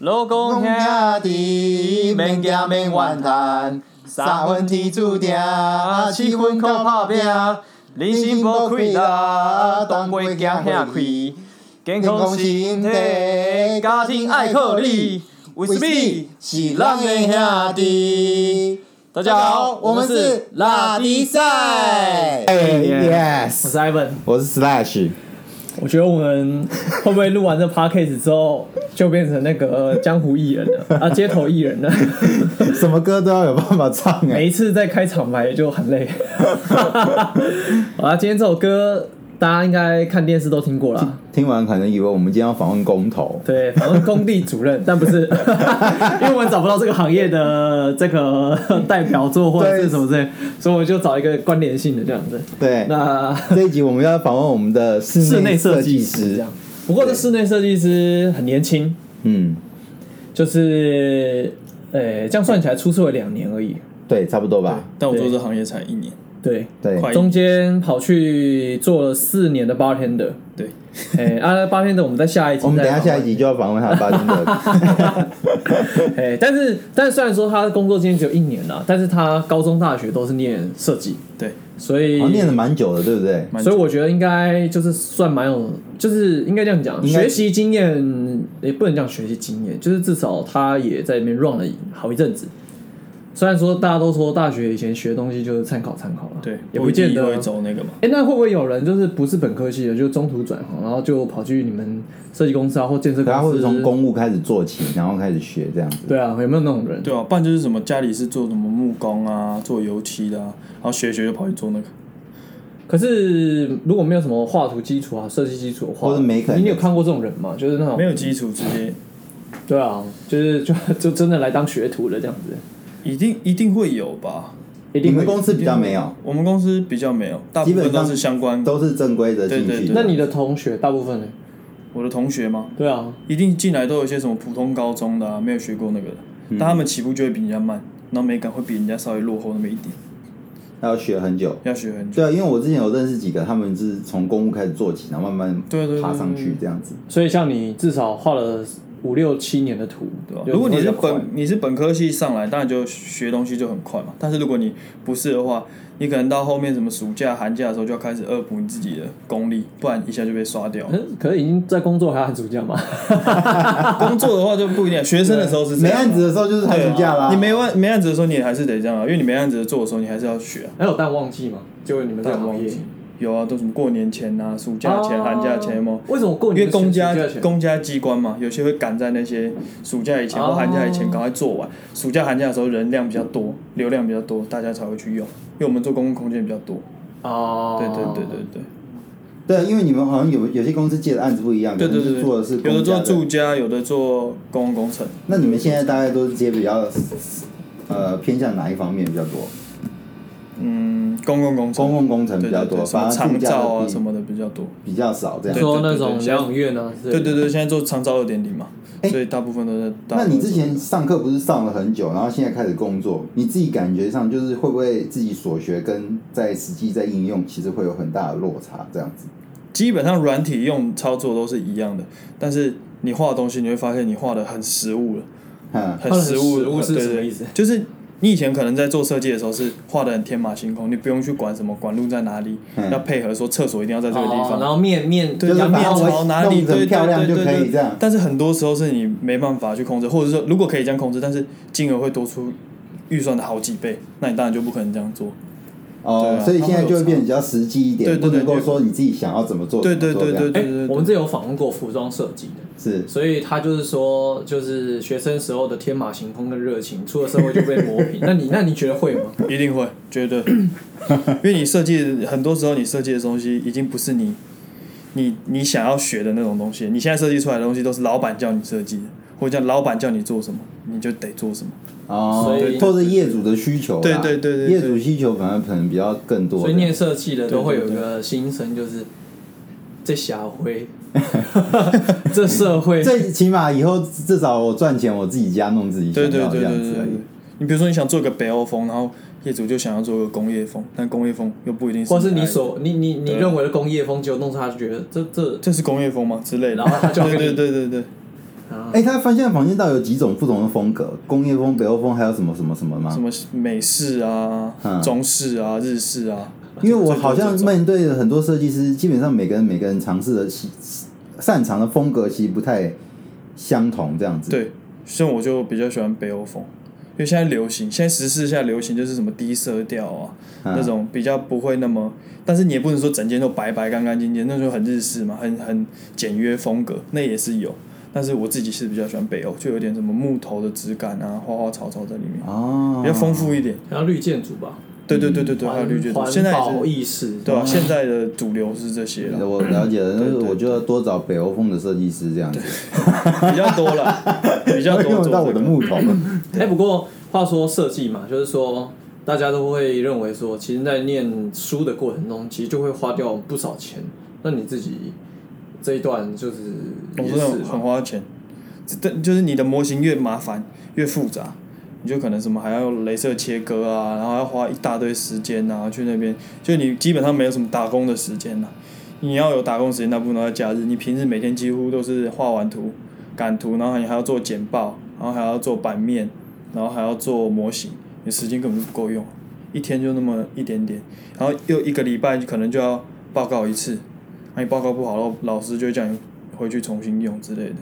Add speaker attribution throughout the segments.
Speaker 1: 老公
Speaker 2: 讲
Speaker 1: 兄
Speaker 2: 兄弟，
Speaker 1: 弟，
Speaker 2: 免
Speaker 1: 免
Speaker 2: 惊
Speaker 1: 惊
Speaker 2: 免
Speaker 1: 免
Speaker 2: 怨
Speaker 1: 怨
Speaker 2: 叹
Speaker 1: 叹，，
Speaker 2: 三分天注定，七分靠打拼。
Speaker 1: 人生无亏啦，当过行兄亏，健康身体，家庭爱靠你。为什么？
Speaker 2: 是咱的兄弟。
Speaker 1: 大家好，我们是拉迪赛。
Speaker 2: 哎
Speaker 3: Yes 我
Speaker 2: ，Yes，
Speaker 3: 是 Ivan，
Speaker 2: 我是 Slash。
Speaker 3: 我觉得我们会不会录完这 podcast 之后，就变成那个江湖艺人 了啊，街头艺人了？
Speaker 2: 什么歌都要有办法唱哎、
Speaker 3: 每一次在开场白就很累。 好啦，今天这首歌大家应该看电视都听过啦。
Speaker 2: 听完可能以为我们今天要访问公投，
Speaker 3: 对，反正工地主任，但不 是，因为我们找不到这个行业的这个代表作或者是什么之类，所以我就找一个关联性的这样子。
Speaker 2: 对，
Speaker 3: 那
Speaker 2: 这一集我们要访问我们的室
Speaker 3: 室内
Speaker 2: 设
Speaker 3: 设计师这
Speaker 2: 师
Speaker 3: 样，，不过这室内设计师很年轻，
Speaker 2: 嗯，
Speaker 3: 就是，呃、这样算起来出社会两年而已。
Speaker 2: 对，差不多吧，
Speaker 4: 但我做这行业才一年，
Speaker 3: 对，
Speaker 2: 对，
Speaker 4: 快
Speaker 3: 中间跑去做了四年 的 bartender。
Speaker 4: 对，
Speaker 3: 哎、啊，bartender 我们在下一集再
Speaker 2: 我
Speaker 3: 聊，
Speaker 2: 们等一下下一集就要访问他发生 的，
Speaker 3: 哎、但是但是虽然说他的工作经验只有一年啦，但是他高中大学都是念设计，
Speaker 4: 对，
Speaker 3: 所以、
Speaker 2: 哦，念了蛮久的，对不对？
Speaker 4: 蛮
Speaker 3: 所以我觉得应该就是算蛮有，就是应该这样讲，
Speaker 2: 应该
Speaker 3: 学习经验也不能讲学习经验，就是至少他也在那边 run 了好一阵子。虽然说大家都说大学以前学的东西就是参考参考了，
Speaker 4: 对，
Speaker 3: 也
Speaker 4: 不
Speaker 3: 不
Speaker 4: 一
Speaker 3: 见
Speaker 4: 定
Speaker 3: 得
Speaker 4: 会走那个嘛。
Speaker 3: 哎、那会不会有人就是不是本科系的，就中途转行，然后就跑去你们设计公司啊或建设公
Speaker 2: 他
Speaker 3: 司？
Speaker 2: 会从公务开始做起，然后开始学这样子。
Speaker 3: 对啊，有没有那种人？
Speaker 4: 对啊，不然就是什么家里是做什么木工啊，做油漆的啊，然后学一学就跑去做那个。
Speaker 3: 可是如果没有什么画图基础啊、设计基础的话，
Speaker 2: 或者没可能
Speaker 3: 你你有看过这种人吗？就是那种
Speaker 4: 没有基础，直接
Speaker 3: 对啊，就是就就真的来当学徒了这样子，
Speaker 4: 一定一定会有吧？
Speaker 3: 一
Speaker 2: 你
Speaker 3: 定
Speaker 2: 们
Speaker 3: 会。
Speaker 2: 公司比较没有，
Speaker 4: 我们公司比较没有，大部
Speaker 2: 基本
Speaker 4: 分
Speaker 2: 上
Speaker 4: 都是相关。
Speaker 2: 都是正规的
Speaker 4: 对
Speaker 2: 进
Speaker 4: 对
Speaker 2: 去
Speaker 4: 对
Speaker 3: 那
Speaker 2: 的。
Speaker 3: 你的同学大部分呢？
Speaker 4: 我的同学嘛，
Speaker 3: 对啊，
Speaker 4: 一定进来都有一些什么普通高中的啊，没有学过那个的，
Speaker 2: 嗯
Speaker 4: 但他们起步就会比人家慢，然后美感会比人家稍微落后那么一点，
Speaker 2: 要学很久。
Speaker 4: 要学很久。
Speaker 2: 对啊，因为我之前有认识几个，他们是从公务开始做起，然后慢
Speaker 4: 对对
Speaker 2: 慢
Speaker 4: 对
Speaker 2: 爬上去这样子。
Speaker 3: 所以像你至少画了五六七年的图，对
Speaker 4: 对吧啊如果你是
Speaker 3: 快
Speaker 4: 本你是本科系上来，当然就学东西就很快嘛。但是如果你不是的话，你可能到后面什么暑假、寒假的时候就要开始恶补你自己的功力，不然一下就被刷掉
Speaker 3: 可。是嗯可是已经在工作还要寒暑假嘛？
Speaker 4: 工作的话就不一定，学生的时候是这
Speaker 2: 没
Speaker 4: 样
Speaker 2: 案子的时候就是啊寒暑假啦。
Speaker 4: 你没案没案子的时候，你也还是得这样啊，因为你没案子做的时候，你还是要学啊。
Speaker 3: 还有淡旺季嘛？就你们在行业，
Speaker 4: 有啊，都什么过年前啊、暑假前、
Speaker 3: 哦
Speaker 4: 寒假前嘛。
Speaker 3: 为什么过
Speaker 4: 因为
Speaker 3: 年
Speaker 4: 公家
Speaker 3: 选暑假前
Speaker 4: 公家机关嘛，有些会赶在那些暑假以前或
Speaker 3: 哦
Speaker 4: 寒假以前赶快做完。暑假寒假的时候人量比较多，流量比较多，大家才会去用。因为我们做公共空间比较多。
Speaker 3: 哦，
Speaker 4: 对对对对对。
Speaker 2: 对，因为你们好像有有些公司接的案子不一样，
Speaker 4: 对对
Speaker 2: 有
Speaker 4: 对
Speaker 2: 的
Speaker 4: 对，
Speaker 2: 是做的是
Speaker 4: 有的
Speaker 2: 公
Speaker 4: 做
Speaker 2: 家
Speaker 4: 住家，有的做公共工程。
Speaker 2: 那你们现在大概都是接比较呃偏向哪一方面比较多？
Speaker 4: 嗯，公共工程，
Speaker 2: 公共工程比
Speaker 4: 对
Speaker 2: 较
Speaker 4: 对
Speaker 2: 多，
Speaker 4: 对，什
Speaker 2: 反
Speaker 4: 么
Speaker 2: 而住
Speaker 4: 长
Speaker 2: 家
Speaker 4: 照
Speaker 2: 的
Speaker 4: 啊
Speaker 2: 比
Speaker 4: 什么的比较多。
Speaker 2: 比较少这样。
Speaker 3: 说那
Speaker 4: 对对
Speaker 3: 种
Speaker 4: 对
Speaker 3: 疗养院啊，对
Speaker 4: 对对对，现在做长照二点零嘛，所以大部分都在。大部
Speaker 2: 哎那
Speaker 4: 分
Speaker 2: 你之前上课不是上了很久，然后现在开始工作，你自己感觉上就是会不会自己所学跟在实际在应用，其实会有很大的落差这 样子？
Speaker 4: 基本上软体用操作都是一样的，但是你画的东西，你会发现你画的很实物了，
Speaker 2: 嗯，
Speaker 4: 很实物，呃
Speaker 3: 画得很实物是
Speaker 4: 对
Speaker 3: 什么
Speaker 4: 对
Speaker 3: 意思
Speaker 4: 就是你以前可能在做设计的时候是画的很天马行空，你不用去管什么管路在哪里，
Speaker 2: 嗯
Speaker 4: 要配合说厕所一定要在这个地
Speaker 3: 哦
Speaker 4: 方，
Speaker 3: 然后面面
Speaker 4: 对，
Speaker 2: 就是
Speaker 4: 要
Speaker 2: 把
Speaker 4: 面
Speaker 2: 它
Speaker 4: 朝哪里，
Speaker 2: 弄得
Speaker 4: 对对
Speaker 2: 漂亮
Speaker 4: 对
Speaker 2: 就
Speaker 4: 对
Speaker 2: 可以
Speaker 4: 对
Speaker 2: 这样
Speaker 4: 但是很多时候是你没办法去控制，或者说如果可以这样控制，但是金额会多出预算的好几倍，那你当然就不可能这样做。对
Speaker 2: 哦，
Speaker 4: 啊
Speaker 2: 所以现在就会变得比较实际一
Speaker 4: 对
Speaker 2: 点，
Speaker 4: 对
Speaker 2: 不
Speaker 4: 对
Speaker 2: 能够说你自己想要怎么做，
Speaker 4: 对对
Speaker 2: 怎么
Speaker 4: 对
Speaker 2: 做这样
Speaker 4: 对
Speaker 3: 哎
Speaker 4: 对对，
Speaker 3: 我们之前有访问过服装设计的，
Speaker 2: 是
Speaker 3: 所以他就是说，就是学生时候的天马行空跟热情，出了社会就被磨 平。那你那你觉得会吗？
Speaker 4: 一定会，绝对，因为你设计的很多时候你设计的东西已经不是你你你想要学的那种东西，你现在设计出来的东西都是老板叫你设计的，或者叫老板叫你做什么，你就得做什么。
Speaker 2: 哦
Speaker 3: 所，以
Speaker 2: 或者业主的需求啦，
Speaker 4: 对对对对对
Speaker 2: 业主需求反而可能比较更多
Speaker 3: 所
Speaker 2: 这
Speaker 3: 以
Speaker 2: 样。
Speaker 3: 念设计的都会有一个心声，就是这 小灰，这社会，
Speaker 2: 最起码以后至少我赚钱，我自己家弄自己想
Speaker 4: 对对
Speaker 2: 要这
Speaker 4: 对
Speaker 2: 样
Speaker 4: 对
Speaker 2: 子
Speaker 4: 对
Speaker 2: 而
Speaker 4: 对
Speaker 2: 已。。
Speaker 4: 你比如说你想做个北欧风，然后业主就想要做个工业风，但工业风又不一定是
Speaker 3: 或是你
Speaker 4: 爱的
Speaker 3: 所你你你
Speaker 4: 对
Speaker 3: 认为的工业风，结果弄出来他就觉得这这
Speaker 4: 这是工业风吗之类的，
Speaker 3: 然后他就
Speaker 4: 对
Speaker 3: 跟
Speaker 4: 对
Speaker 3: 你
Speaker 4: 对对对，
Speaker 3: 啊
Speaker 2: 哎、他发现房间到底有几种不同的风格，工业风、北欧风，还有什么什么什么
Speaker 3: 啊
Speaker 2: 吗
Speaker 4: 什？么美式啊、
Speaker 2: 嗯
Speaker 4: 中式啊、日式啊，
Speaker 2: 因为我好
Speaker 4: 最
Speaker 2: 像
Speaker 4: 多这种
Speaker 2: 面对的很多设计师，基本上每个人每个人尝试的其擅长的风格其实不太相同，这样子。，
Speaker 4: 对，所以我就比较喜欢北欧风，因为现在流行，现在时事下流行就是什么低色调啊，
Speaker 2: 嗯
Speaker 4: 那种比较不会那么，但是你也不能说整间都白白干干净净，那就很日式嘛，很很简约风格，那也是有。但是我自己是比较喜欢北欧，就有点什么木头的质感啊，花花草草在里面，
Speaker 2: 哦，
Speaker 4: 比较丰富一点。
Speaker 3: 然后绿建筑吧，
Speaker 4: 对对对对对，还有绿建筑，
Speaker 3: 嗯环
Speaker 4: 现在
Speaker 3: 保
Speaker 4: 也是
Speaker 3: 意识，
Speaker 4: 对吧、啊现在的主流是这些 了，
Speaker 2: 我了解了，
Speaker 4: 对
Speaker 2: 但
Speaker 4: 对
Speaker 2: 是我就要多找北欧风的设计师这样子，
Speaker 4: 比较多了，比 较多
Speaker 2: 用
Speaker 4: 做
Speaker 2: 到
Speaker 4: 这
Speaker 2: 我的
Speaker 4: 个
Speaker 2: 木头。
Speaker 3: 哎、不过话说设计嘛，就是说大家都会认为说，其实，在念书的过程中，其实就会花掉不少钱。那你自己这一段就是
Speaker 4: 我
Speaker 3: 也
Speaker 4: 真的
Speaker 3: 是
Speaker 4: 很花钱，但就是你的模型越麻烦越复杂，你就可能什么还要镭射切割啊，然后要花一大堆时间啊，去那边，就你基本上没有什么打工的时间了、啊你要有打工时间，那不能在假日。你平日每天几乎都是画完图、赶图，然后你还要做简报，然后还要做版面，然后还要做模型，你时间根本就不够用，一天就那么一点点，然后又一个礼拜可能就要报告一次，那你报告不好，老老师就会叫你回去重新用之 类的。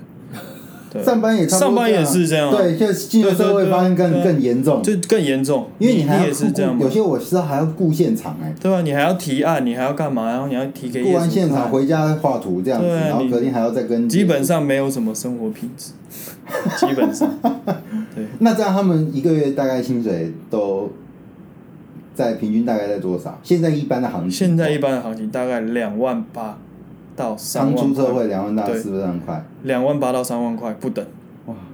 Speaker 4: 对，
Speaker 2: 上班也差不多
Speaker 4: 上班也
Speaker 2: 这样啊
Speaker 4: 是这样啊
Speaker 2: 对，就进入社
Speaker 4: 对对
Speaker 2: 会
Speaker 4: 对
Speaker 2: 发现更
Speaker 4: 对啊
Speaker 2: 更严重，
Speaker 4: 就更严重，
Speaker 2: 因为
Speaker 4: 你
Speaker 2: 还要
Speaker 4: 也是这样嘛
Speaker 2: 顾有，些我知道还要顾现场哎，
Speaker 4: 对吧、啊你还要提案，你还要干嘛？然后你要提给业
Speaker 2: 顾
Speaker 4: 主
Speaker 2: 完现场
Speaker 4: 看
Speaker 2: 回家画图这样子，
Speaker 4: 对啊
Speaker 2: 然后
Speaker 4: 你
Speaker 2: 隔天还要再跟
Speaker 4: 基本上没有什么生活品质，基本上，对，
Speaker 2: 那这样他们一个月大概薪水都在平均大概在多少？现在一般的行情，
Speaker 4: 现在一般的行情大概两万八到三
Speaker 2: 刚
Speaker 4: 万
Speaker 2: 出
Speaker 4: 块，
Speaker 2: 社会两万大
Speaker 4: 对
Speaker 2: 是不是很快？
Speaker 4: 两万八到三万块不等，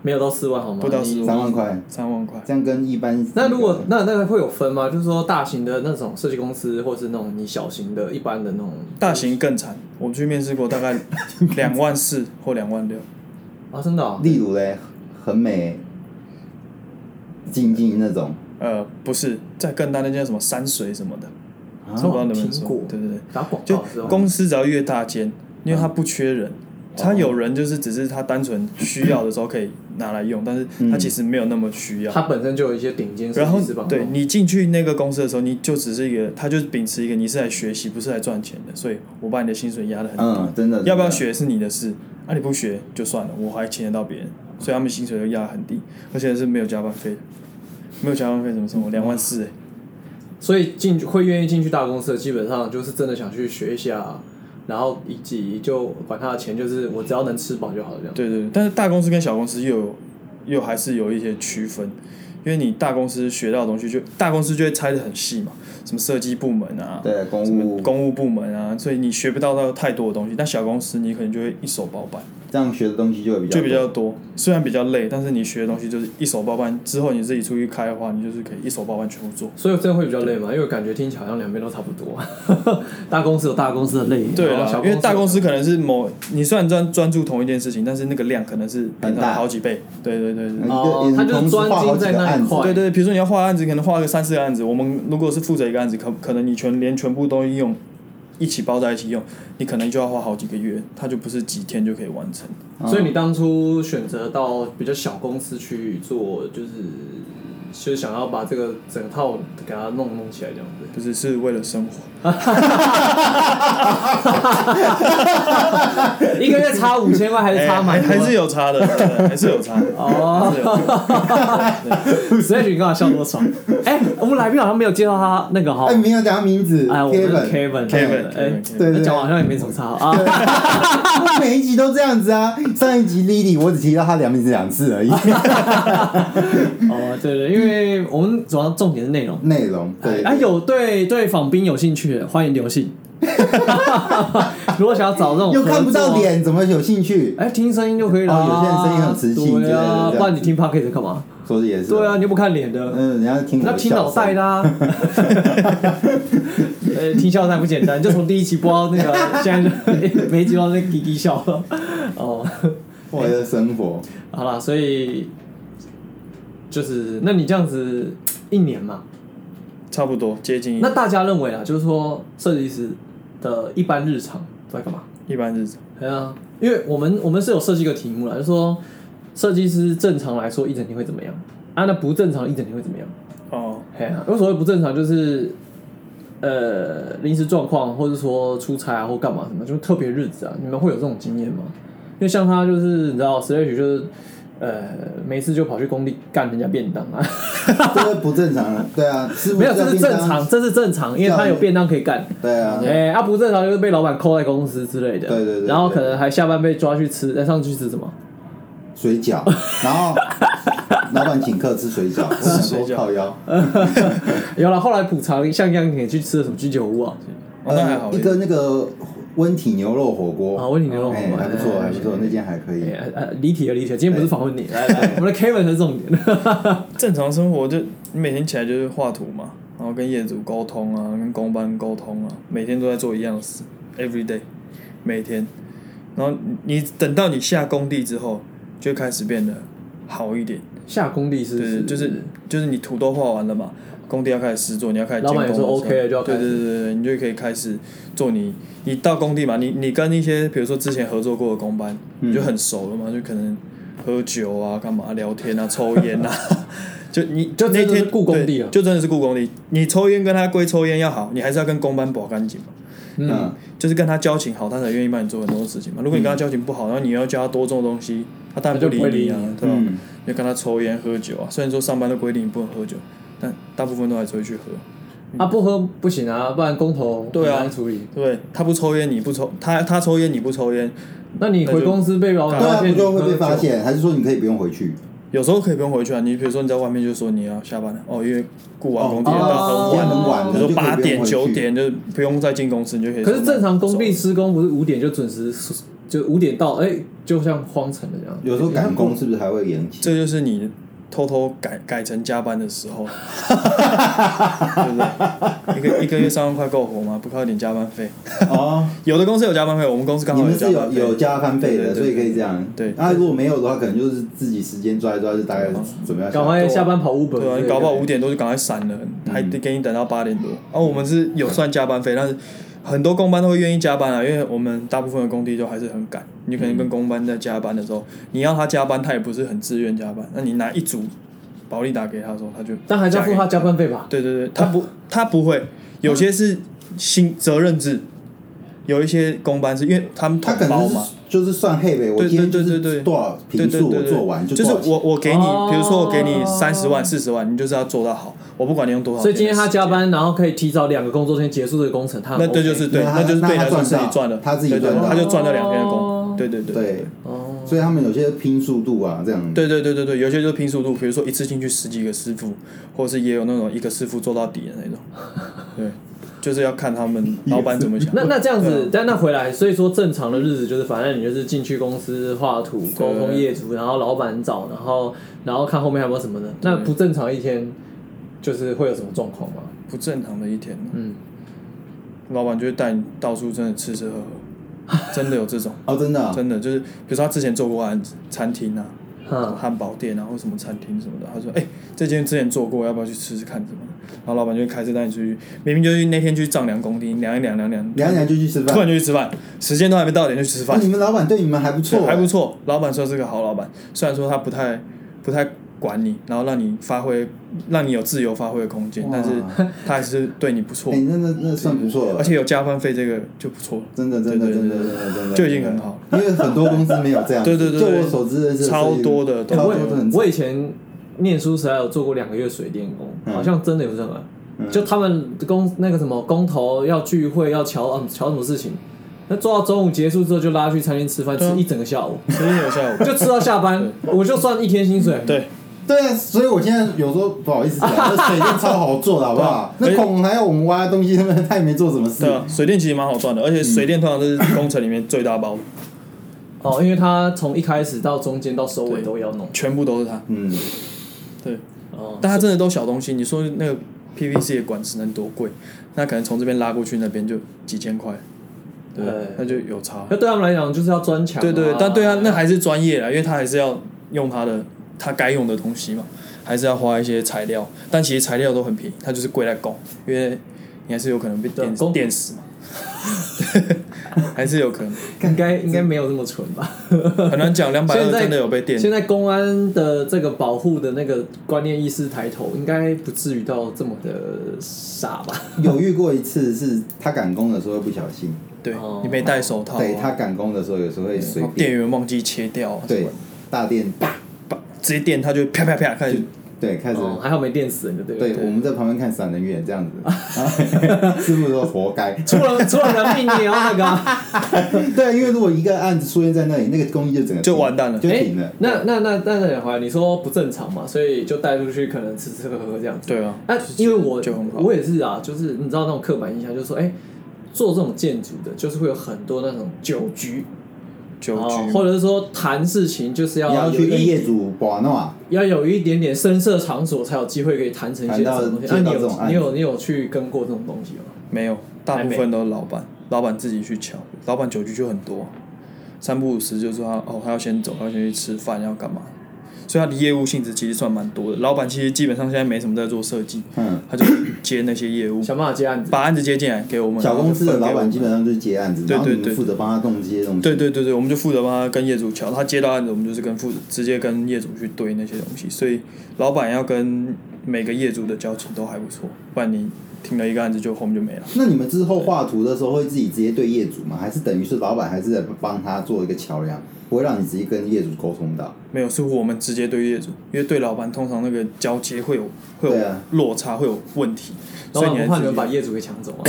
Speaker 3: 没有到四万好吗？
Speaker 4: 不到
Speaker 3: 你
Speaker 4: 四
Speaker 2: 三万块，
Speaker 4: 三万块，
Speaker 2: 这样跟一般
Speaker 3: 那如果那那会有分吗？就是说大型的那种设计公司，或是那种你小型的、一般的那种
Speaker 4: 大型更惨，我去面试过，大 概两万四或两万六，
Speaker 3: 啊，真的、啊，
Speaker 2: 例如嘞，很美，静静那种，
Speaker 4: 呃，不是，再更大那叫什么山水什么的，
Speaker 2: 啊
Speaker 4: 我不知道能不能
Speaker 3: 听
Speaker 4: 说
Speaker 3: 过，哦
Speaker 4: 对对对，
Speaker 3: 打广
Speaker 4: 就
Speaker 3: 告是吧？
Speaker 4: 公司只要越大间，因为它不缺
Speaker 3: 嗯
Speaker 4: 人，它
Speaker 3: 哦
Speaker 4: 有人就是只是它单纯需要的时候可以拿来用，但是它其实没有那么需要。
Speaker 3: 嗯它本身就有一些顶尖设
Speaker 4: 然后
Speaker 3: 计师帮
Speaker 4: 对
Speaker 3: 忙
Speaker 4: 你进去那个公司的时候，你就只是一个，他就是秉持一个你是来学习，不是来赚钱的，所以我把你的薪水压得很低。
Speaker 2: 嗯，真的
Speaker 4: 要不要？
Speaker 2: 真的
Speaker 4: 学是你的事，啊你不学就算了，我还请得到别人，所以他们薪水都压得很低，而且是没有加班费的，没有加班费怎么生活？
Speaker 2: 嗯
Speaker 4: 两万四哎，
Speaker 3: 所以进去会愿意进去大公司的，基本上就是真的想去学一下，然后以及就管他的钱，就是我只要能吃饱就好了这样。
Speaker 4: 对对，对但是大公司跟小公司又有又还是有一些区分，因为你大公司学到的东西就大公司就会拆得很细嘛，什么设计部门啊，
Speaker 2: 对公
Speaker 4: 什
Speaker 2: 务
Speaker 4: 么公务部门啊，所以你学不到到太多的东西。但小公司你可能就会一手包办，
Speaker 2: 这样学的东西就会比较
Speaker 4: 就比较多。虽然比较累，但是你学的东西就是一手包办。之后你自己出去开的话，你就是可以一手包办全部做。
Speaker 3: 所以真的会比较累嘛，因为感觉听起来好像两边都差不多， 大公司有大公司的累，
Speaker 4: 对
Speaker 3: 然
Speaker 4: 啦
Speaker 3: 后小，
Speaker 4: 因为大公司可能是某你虽然专专注同一件事情，但是那个量可能是
Speaker 2: 很
Speaker 4: 平
Speaker 2: 大
Speaker 4: 常好几倍。对对对对。
Speaker 2: 一
Speaker 3: 哦
Speaker 2: 个一
Speaker 3: 他
Speaker 2: 个
Speaker 3: 就是
Speaker 2: 同时
Speaker 3: 专
Speaker 2: 画好
Speaker 3: 精在
Speaker 2: 几个
Speaker 3: 那一
Speaker 2: 案子啊
Speaker 3: 块，
Speaker 4: 对对，比如说你要画案子，可能画个三四个案子，我们如果是负责一个案子，可可能你全连全部都用一起包在一起用，你可能就要花好几个月，它就不是几天就可以完成。
Speaker 2: 嗯
Speaker 3: 所以你当初选择到比较小公司去做，就是就是想要把这个整套给它弄弄起来这样子。
Speaker 4: 不是是为了生活，
Speaker 3: 一个月差五千块还是差蛮
Speaker 4: 哎
Speaker 3: 多
Speaker 4: 还
Speaker 3: 的，
Speaker 4: 还是有差的，对还是有差的。
Speaker 3: 哦
Speaker 4: 还是有差的
Speaker 3: 所以你刚才笑 多爽。哎、我们来宾好像没有介绍他那个哈
Speaker 2: 哎，，没有讲他名字
Speaker 3: 哎，我们是
Speaker 2: Kevin，
Speaker 3: Kevin
Speaker 4: Kevin，
Speaker 3: 哎
Speaker 4: Kevin，，
Speaker 2: 对对
Speaker 3: 那
Speaker 2: 对
Speaker 3: 讲好像也没什么差 啊。
Speaker 2: 每一集都这样子啊。上一集 Lily 我只提到他两名字两次 而已，
Speaker 3: 哦，对对，因为我们主要重点是内容。
Speaker 2: 内容对
Speaker 3: 啊，有对对访宾有兴趣的，欢迎留 信。如果想要找这种
Speaker 2: 又看不
Speaker 3: 合
Speaker 2: 到
Speaker 3: 作，
Speaker 2: 脸，怎么有兴趣？
Speaker 3: 哦哎，听声音就可以了啊。
Speaker 2: 哦有些人声音很磁性之类
Speaker 3: 对
Speaker 2: 的这
Speaker 3: 啊
Speaker 2: 样，子
Speaker 3: 不然你听 p o c k e t 干嘛？
Speaker 2: 说的也是，
Speaker 3: 对啊，，你又不看脸的，
Speaker 2: 嗯，人家听我
Speaker 3: 那
Speaker 2: 的
Speaker 3: 听
Speaker 2: 笑
Speaker 3: 脑
Speaker 2: 声
Speaker 3: 袋的啊。呃，听笑声不简单，就从第一期播到那个，现在就每一集都在滴滴笑。哦，
Speaker 2: 我的生活，
Speaker 3: 好啦，所以就是，那你这样子一年嘛，
Speaker 4: 差不多接近
Speaker 3: 那大家认为啊，就是说设计师的一般日常都在干嘛？
Speaker 4: 一般日子。
Speaker 3: 对啊，因为我们我们是有设计一个题目啦，就是说设计师正常来说一整天会怎么样啊？那不正常一整天会怎么样？
Speaker 4: 哦，
Speaker 3: 嘿啊，有所谓不正常就是呃临时状况，或者说出差啊或干嘛什么，就是特别日子啊，你们会有这种经验吗？因为像他就是你知道 s l a s 就是呃没事就跑去工地干人家便当啊，
Speaker 2: 这个不正常了，对 啊，师傅
Speaker 3: 没有
Speaker 2: 叫
Speaker 3: 这是
Speaker 2: 便当
Speaker 3: 正常，，这是正常，因为他有便当可以干。
Speaker 2: 对啊，
Speaker 3: 哎、啊不正常就是被老板扣在公司之类的，
Speaker 2: 对对对
Speaker 3: 然后
Speaker 2: 对
Speaker 3: 可能还下班被抓去吃，哎上去吃什么？
Speaker 2: 水饺，然 后老板请客吃水饺，我想
Speaker 4: 水
Speaker 2: 说
Speaker 4: 饺
Speaker 2: 靠腰，
Speaker 3: 嗯有了，后来补偿像样也去吃了什么居酒屋啊，
Speaker 4: 哦那还好
Speaker 2: 呃，一个那个温体牛肉火锅，
Speaker 3: 啊，问你牛肉火
Speaker 2: 哎，
Speaker 3: 锅
Speaker 2: 还不错，还不错，那间还可以。
Speaker 3: 哎呃，离题了，离题了。今天不是访问你，来来，我们的 Kevin 是重点。
Speaker 4: 正常生活就你每天起来就是画图嘛，然后跟业主沟通啊，跟工班沟通啊，每天都在做一样的事，every day，每天。然后你你等到你下工地之后，就开始变得好一点。
Speaker 3: 下工地是
Speaker 4: 对，就是就是你图都画完了嘛，工地要开始施作，你要开始
Speaker 3: 老板
Speaker 4: 监
Speaker 3: 也说
Speaker 4: 工的时候
Speaker 3: OK 了就要开
Speaker 4: 对
Speaker 3: 始
Speaker 4: 啊对对对对，你就可以开始做你你到工地嘛，你你跟一些比如说之前合作过的工班，
Speaker 3: 嗯
Speaker 4: 你就很熟了嘛，就可能喝酒啊、干嘛聊天啊、抽烟啊， 就你
Speaker 3: 就
Speaker 4: 那
Speaker 3: 真的是
Speaker 4: 天
Speaker 3: 雇工地
Speaker 4: 对
Speaker 3: 啊
Speaker 4: 就真的是雇工地，你抽烟跟他归抽烟要好，你还是要跟工班保干净嘛。
Speaker 2: 嗯，
Speaker 4: 就是跟他交情好，他才愿意帮你做很多事情嘛。如果你跟他交情不好，然后你要叫他多做东西，他当然
Speaker 3: 嗯他就不会
Speaker 4: 理你
Speaker 3: 理
Speaker 4: 啊
Speaker 3: 你，
Speaker 4: 对吧？
Speaker 2: 嗯
Speaker 4: 要跟他抽烟喝酒啊。虽然说上班都规定你不能喝酒，但大部分都还是会去喝，
Speaker 3: 啊，不喝不行啊，不然工头
Speaker 4: 对啊
Speaker 3: 很难处理。
Speaker 4: 对不对？他不抽烟，你不抽；他他抽烟，你不抽烟。
Speaker 3: 那你回公司被老板
Speaker 2: 对啊，
Speaker 3: 发
Speaker 2: 不
Speaker 3: 现，
Speaker 2: 就会被发。现，还是说你可以不用回去？
Speaker 4: 有时候可以不用回去啊。你比如说你在外面就说你要下班了，哦，因为顾完工地啊要
Speaker 2: 哦
Speaker 4: 到很
Speaker 2: 今天
Speaker 4: 晚，
Speaker 2: 很晚了，
Speaker 4: 比如说
Speaker 2: 就可以
Speaker 4: 八
Speaker 2: 不用
Speaker 4: 点
Speaker 2: 回去
Speaker 4: 九，点就不用再进公司，你就可以说。
Speaker 3: 嗯可是正常工地施工不是五点就准时，就五点到，哎，就像荒城的这样。
Speaker 2: 有时候赶
Speaker 3: 嗯
Speaker 2: 工是不是还会延期？
Speaker 4: 这就是你偷偷改改成加班的时 候，对不对？一个一个月三万块够活吗？不靠一点加班费？
Speaker 2: 哦，
Speaker 4: 有的公司有加班费，我们公司刚
Speaker 2: 你
Speaker 4: 好
Speaker 2: 们
Speaker 4: 加
Speaker 2: 是
Speaker 4: 班
Speaker 2: 有
Speaker 4: 费。
Speaker 2: 有加班费
Speaker 4: 对
Speaker 2: 的，
Speaker 4: 对对
Speaker 2: 所以可以这样。
Speaker 4: 对嗯
Speaker 2: 那如果没有的话，可能就是自己时间抓一抓，就大概怎么样？
Speaker 3: 赶快下班跑 Uber，
Speaker 4: 啊对啊，你搞不好五点多就赶快闪了，
Speaker 3: 嗯
Speaker 4: 还得给你等到八点多。啊，我们是有算加班费，但是很多工班都会愿意加班啊，因为我们大部分的工地都还是很赶。你可能跟工班在加班的时候，你要他加班，他也不是很自愿加班。那你拿一组保利达给他的时候，他就
Speaker 3: 但还是要付他加班费吧？
Speaker 4: 对对 对，他不他不会，有些是新责任制，有一些公班是因为他们
Speaker 2: 他
Speaker 4: 统
Speaker 2: 可
Speaker 4: 包
Speaker 2: 能
Speaker 4: 嘛
Speaker 2: 是。就是算黑呗，我
Speaker 4: 对对
Speaker 2: 今天就
Speaker 4: 对对
Speaker 2: 是
Speaker 4: 对，
Speaker 2: 多少
Speaker 4: 对
Speaker 2: 频
Speaker 4: 对
Speaker 2: 数
Speaker 4: 对
Speaker 2: 我
Speaker 4: 对
Speaker 2: 做完就
Speaker 4: 就是
Speaker 2: 多少钱
Speaker 4: 我我给你，
Speaker 3: 哦
Speaker 4: 比如说我给你三十万四十万，你就是要做到好，我不管你用多少。
Speaker 3: 所以今天他加，班，然后可以提早两个工作天结束这个工程，他很
Speaker 4: 那这
Speaker 3: OK
Speaker 4: 就是对，
Speaker 2: 那他
Speaker 4: 那就是对
Speaker 2: 那
Speaker 4: 来
Speaker 2: 他
Speaker 4: 说自己
Speaker 2: 赚到
Speaker 4: 赚了，
Speaker 2: 他自己
Speaker 4: 对对
Speaker 2: 赚到
Speaker 4: 他就赚了两天的工
Speaker 3: 哦，
Speaker 4: 对对对
Speaker 2: 对，
Speaker 3: 哦，
Speaker 2: 所以他们有些拼速度啊，这样。
Speaker 4: 对对对对对，有些就是拼速度，比如说一次进去十几个师傅，或者是也有那种一个师傅做到底的那 种，对，就是要看他们老板怎么想。
Speaker 3: 那那这样
Speaker 4: 对
Speaker 3: 子
Speaker 4: 啊，
Speaker 3: 但那回来，所以说正常的日子就是，反正你就是进去公司画图、沟通业主，然后老板找，然后然后看后面还有没有什么的。那不正常一天，就是会有什么状况吗？
Speaker 4: 不正常的一天，
Speaker 3: 嗯，
Speaker 4: 老板就会带你到处真的吃吃喝喝，真的有这种，
Speaker 2: 哦，真的 啊，
Speaker 4: 真的就是，比如说他之前做过案子，餐厅啊，
Speaker 3: 嗯
Speaker 4: 汉堡店啊，或什么餐厅什么的，他说，哎、这间之前做过，要不要去吃吃看什么的？然后老板就会开车带你出去，明明就是那天去丈量工地，量一量量一量，
Speaker 2: 两两就去吃
Speaker 4: 突然
Speaker 2: 饭。
Speaker 4: 就去吃饭，时间都还没到点就去吃
Speaker 2: 那
Speaker 4: 饭，
Speaker 2: 你们老板对你们还不错，
Speaker 4: 还不。错，老板说是个好老板，虽然说他不太不太管你，然后让你发挥，让你有自由发挥的空间
Speaker 2: 哇，
Speaker 4: 但是他还是对你不错
Speaker 2: 哎，，那那那算不错了
Speaker 4: 而。且有加班费这个就不错了。
Speaker 2: 真的，真的，
Speaker 4: 对对
Speaker 2: 真的，
Speaker 4: 对
Speaker 2: 真的，真的，
Speaker 4: 就已经很好。
Speaker 2: 因为很多公司没有这样子，
Speaker 4: 对对对
Speaker 2: 就
Speaker 4: 对
Speaker 2: 我所知的是
Speaker 4: 超多的
Speaker 2: 超
Speaker 3: 我
Speaker 2: 多的很
Speaker 3: 我以前念书时还有做过两个月水电工，
Speaker 2: 嗯
Speaker 3: 好像真的有这个，
Speaker 4: 嗯
Speaker 3: 就他们工那个什么工头要聚会要瞧啊瞧什么事情，那做到中午结束之后就拉去餐厅吃饭，吃
Speaker 4: 对啊
Speaker 3: 一整个下午，
Speaker 4: 所以有下午
Speaker 3: 就吃到下班，我就算一天薪水。
Speaker 4: 对，
Speaker 2: 对啊，所以我现在有时候不好意思 讲，那水电超好做的，好不好？
Speaker 4: 对啊
Speaker 2: 那孔还有我们挖的东西，他们他也没做什么事
Speaker 4: 对。啊，水电其实蛮好赚的，而且水电通常都是工程里面最大包的，
Speaker 3: 哦，因为他从一开始到中间到收
Speaker 4: 对
Speaker 3: 尾都要弄。
Speaker 4: 全部都是他。
Speaker 2: 嗯，
Speaker 4: 对，
Speaker 3: 哦，
Speaker 4: 但他真的都小东西。你说那个 PVC 的管子能多贵？那可能从这边拉过去那边就几千块，对不对
Speaker 3: 对，
Speaker 4: 那就有差。
Speaker 3: 那对他们来讲就是要钻哎墙、啊。
Speaker 4: 对对，但对啊，那还是专业啦，因为他还是要用他的他该用的东西嘛，还是要花一些材料，但其实材料都很便宜，
Speaker 3: 啊
Speaker 4: 它就是贵在供，因为你还是有可能被
Speaker 3: 对
Speaker 4: 电
Speaker 3: 供
Speaker 4: 电死嘛。 还是有可能，
Speaker 3: 应该应该没有这么蠢吧？
Speaker 4: 很难讲。两百
Speaker 3: 现
Speaker 4: 二
Speaker 3: 在
Speaker 4: 真的有被电，
Speaker 3: 现在公安的这个保护的那个观念意识抬头，应该不至于到这么的傻吧？
Speaker 2: 有遇过一次是他赶工的时候不小心，
Speaker 4: 对
Speaker 3: 哦
Speaker 4: 你没戴手套啊，
Speaker 2: 对他赶工的时候有时候会随
Speaker 4: 然后电
Speaker 2: 便
Speaker 4: 源忘记切掉啊，什
Speaker 2: 对
Speaker 4: 么的
Speaker 2: 大电啪
Speaker 4: 把直接电他就啪啪啪开
Speaker 2: 就
Speaker 4: 始，
Speaker 2: 对开始
Speaker 3: 哦，还好没电死人就对
Speaker 2: 对
Speaker 3: 了。
Speaker 2: 我们在旁边看闪人远这样子， 然后师傅说活该。
Speaker 3: 出了出了人命你也要那个啊？
Speaker 2: 对，因为如果一个案子出现在那里，那个工艺就整个
Speaker 4: 就
Speaker 2: 停
Speaker 4: 完蛋了
Speaker 2: 就
Speaker 3: 哎
Speaker 2: 停了，。
Speaker 3: 那那那那那回来，你说不正常嘛，所以就带出去，可能吃吃喝喝这样子。
Speaker 4: 对啊，
Speaker 3: 那因为我
Speaker 4: 就很好
Speaker 3: 我也是啊，就是你知道那种刻板印象，就是说，哎、做这种建筑的，就是会有很多那种酒局，
Speaker 4: 酒
Speaker 3: 哦
Speaker 4: 局
Speaker 3: 或者是说谈事情，就
Speaker 2: 你
Speaker 3: 是
Speaker 2: 要
Speaker 3: 有
Speaker 2: 去跟
Speaker 3: 一
Speaker 2: 业主把闹，
Speaker 3: 要有一点点深色场所，才有机会可以谈成一些
Speaker 2: 谈到
Speaker 3: 这种东西。
Speaker 2: 接
Speaker 3: 那、
Speaker 2: 到
Speaker 3: 你
Speaker 2: 这种
Speaker 3: 有
Speaker 2: 案
Speaker 3: 你
Speaker 2: 子
Speaker 3: 有你有去跟过这种东西吗？
Speaker 4: 没有，大
Speaker 3: 还
Speaker 4: 部
Speaker 3: 没
Speaker 4: 分都是老板，老板自己去瞧，老板酒局就很多，啊三不五时就说他哦，他要先走，他要先去吃饭，要干嘛，所以他的业务性质其实算蛮多的。老板其实基本上现在没什么在做设计，
Speaker 2: 嗯，
Speaker 4: 他就接那些业务，
Speaker 3: 想办法接案子。
Speaker 4: 把案子接进来给我们。
Speaker 2: 小公司的
Speaker 4: 然后就分给我
Speaker 2: 老板
Speaker 4: 们
Speaker 2: 基本上就是接案子，
Speaker 4: 对
Speaker 2: 然后你
Speaker 4: 对
Speaker 2: 们
Speaker 4: 对
Speaker 2: 负责帮他动这些东西。
Speaker 4: 对对对对，我们就负责帮他跟业主瞧，他接到案子，我们就是跟负直接跟业主去对那些东西，所以老板要跟每个业主的交情都还不错，不然你听了一个案子就后面就没了。
Speaker 2: 那你们之后画图的时候会自己直接对业主吗？还是等于是老板还是在帮他做一个桥梁，不会让你直接跟业主沟通到？
Speaker 4: 没有，是我们直接对业主，因为对老板通常那个交接会有会有
Speaker 2: 对啊
Speaker 4: 落差，会有问题，
Speaker 3: 老
Speaker 4: 所以你
Speaker 3: 板不怕
Speaker 4: 还
Speaker 3: 你
Speaker 4: 是
Speaker 3: 们把业主给抢走啊？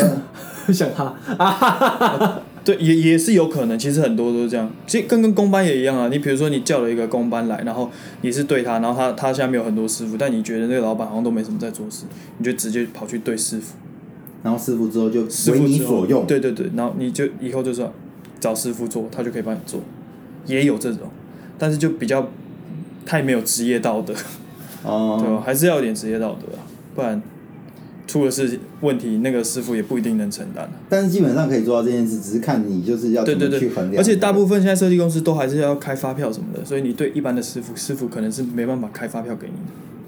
Speaker 3: 想他
Speaker 4: 对也也是有可能，其实很多都是这样，其实跟跟工班也一样啊。你比如说你叫了一个工班来，然后你是对他，然后他他下面有很多师傅，但你觉得那个老板好像都没什么在做事，你就直接跑去对师傅，
Speaker 2: 然后师傅之后就
Speaker 4: 师
Speaker 2: 为
Speaker 4: 傅
Speaker 2: 你
Speaker 4: 之后
Speaker 2: 所用。
Speaker 4: 对对对，然后你就以后就说找师傅做，他就可以帮你做，也有这种，但是就比较太没有职业道德。对啊吧
Speaker 2: 哦，？
Speaker 4: 还是要有点职业道德啊，不然出了事问题，那个师傅也不一定能承担啊、
Speaker 2: 但是基本上可以做到这件事，只是看你就是要
Speaker 4: 对
Speaker 2: 怎
Speaker 4: 对
Speaker 2: 么
Speaker 4: 对
Speaker 2: 去衡，量。
Speaker 4: 而且大部分现在设计公司都还是要开发票什么的，所以你对一般的师傅，师傅可能是没办法开发票给你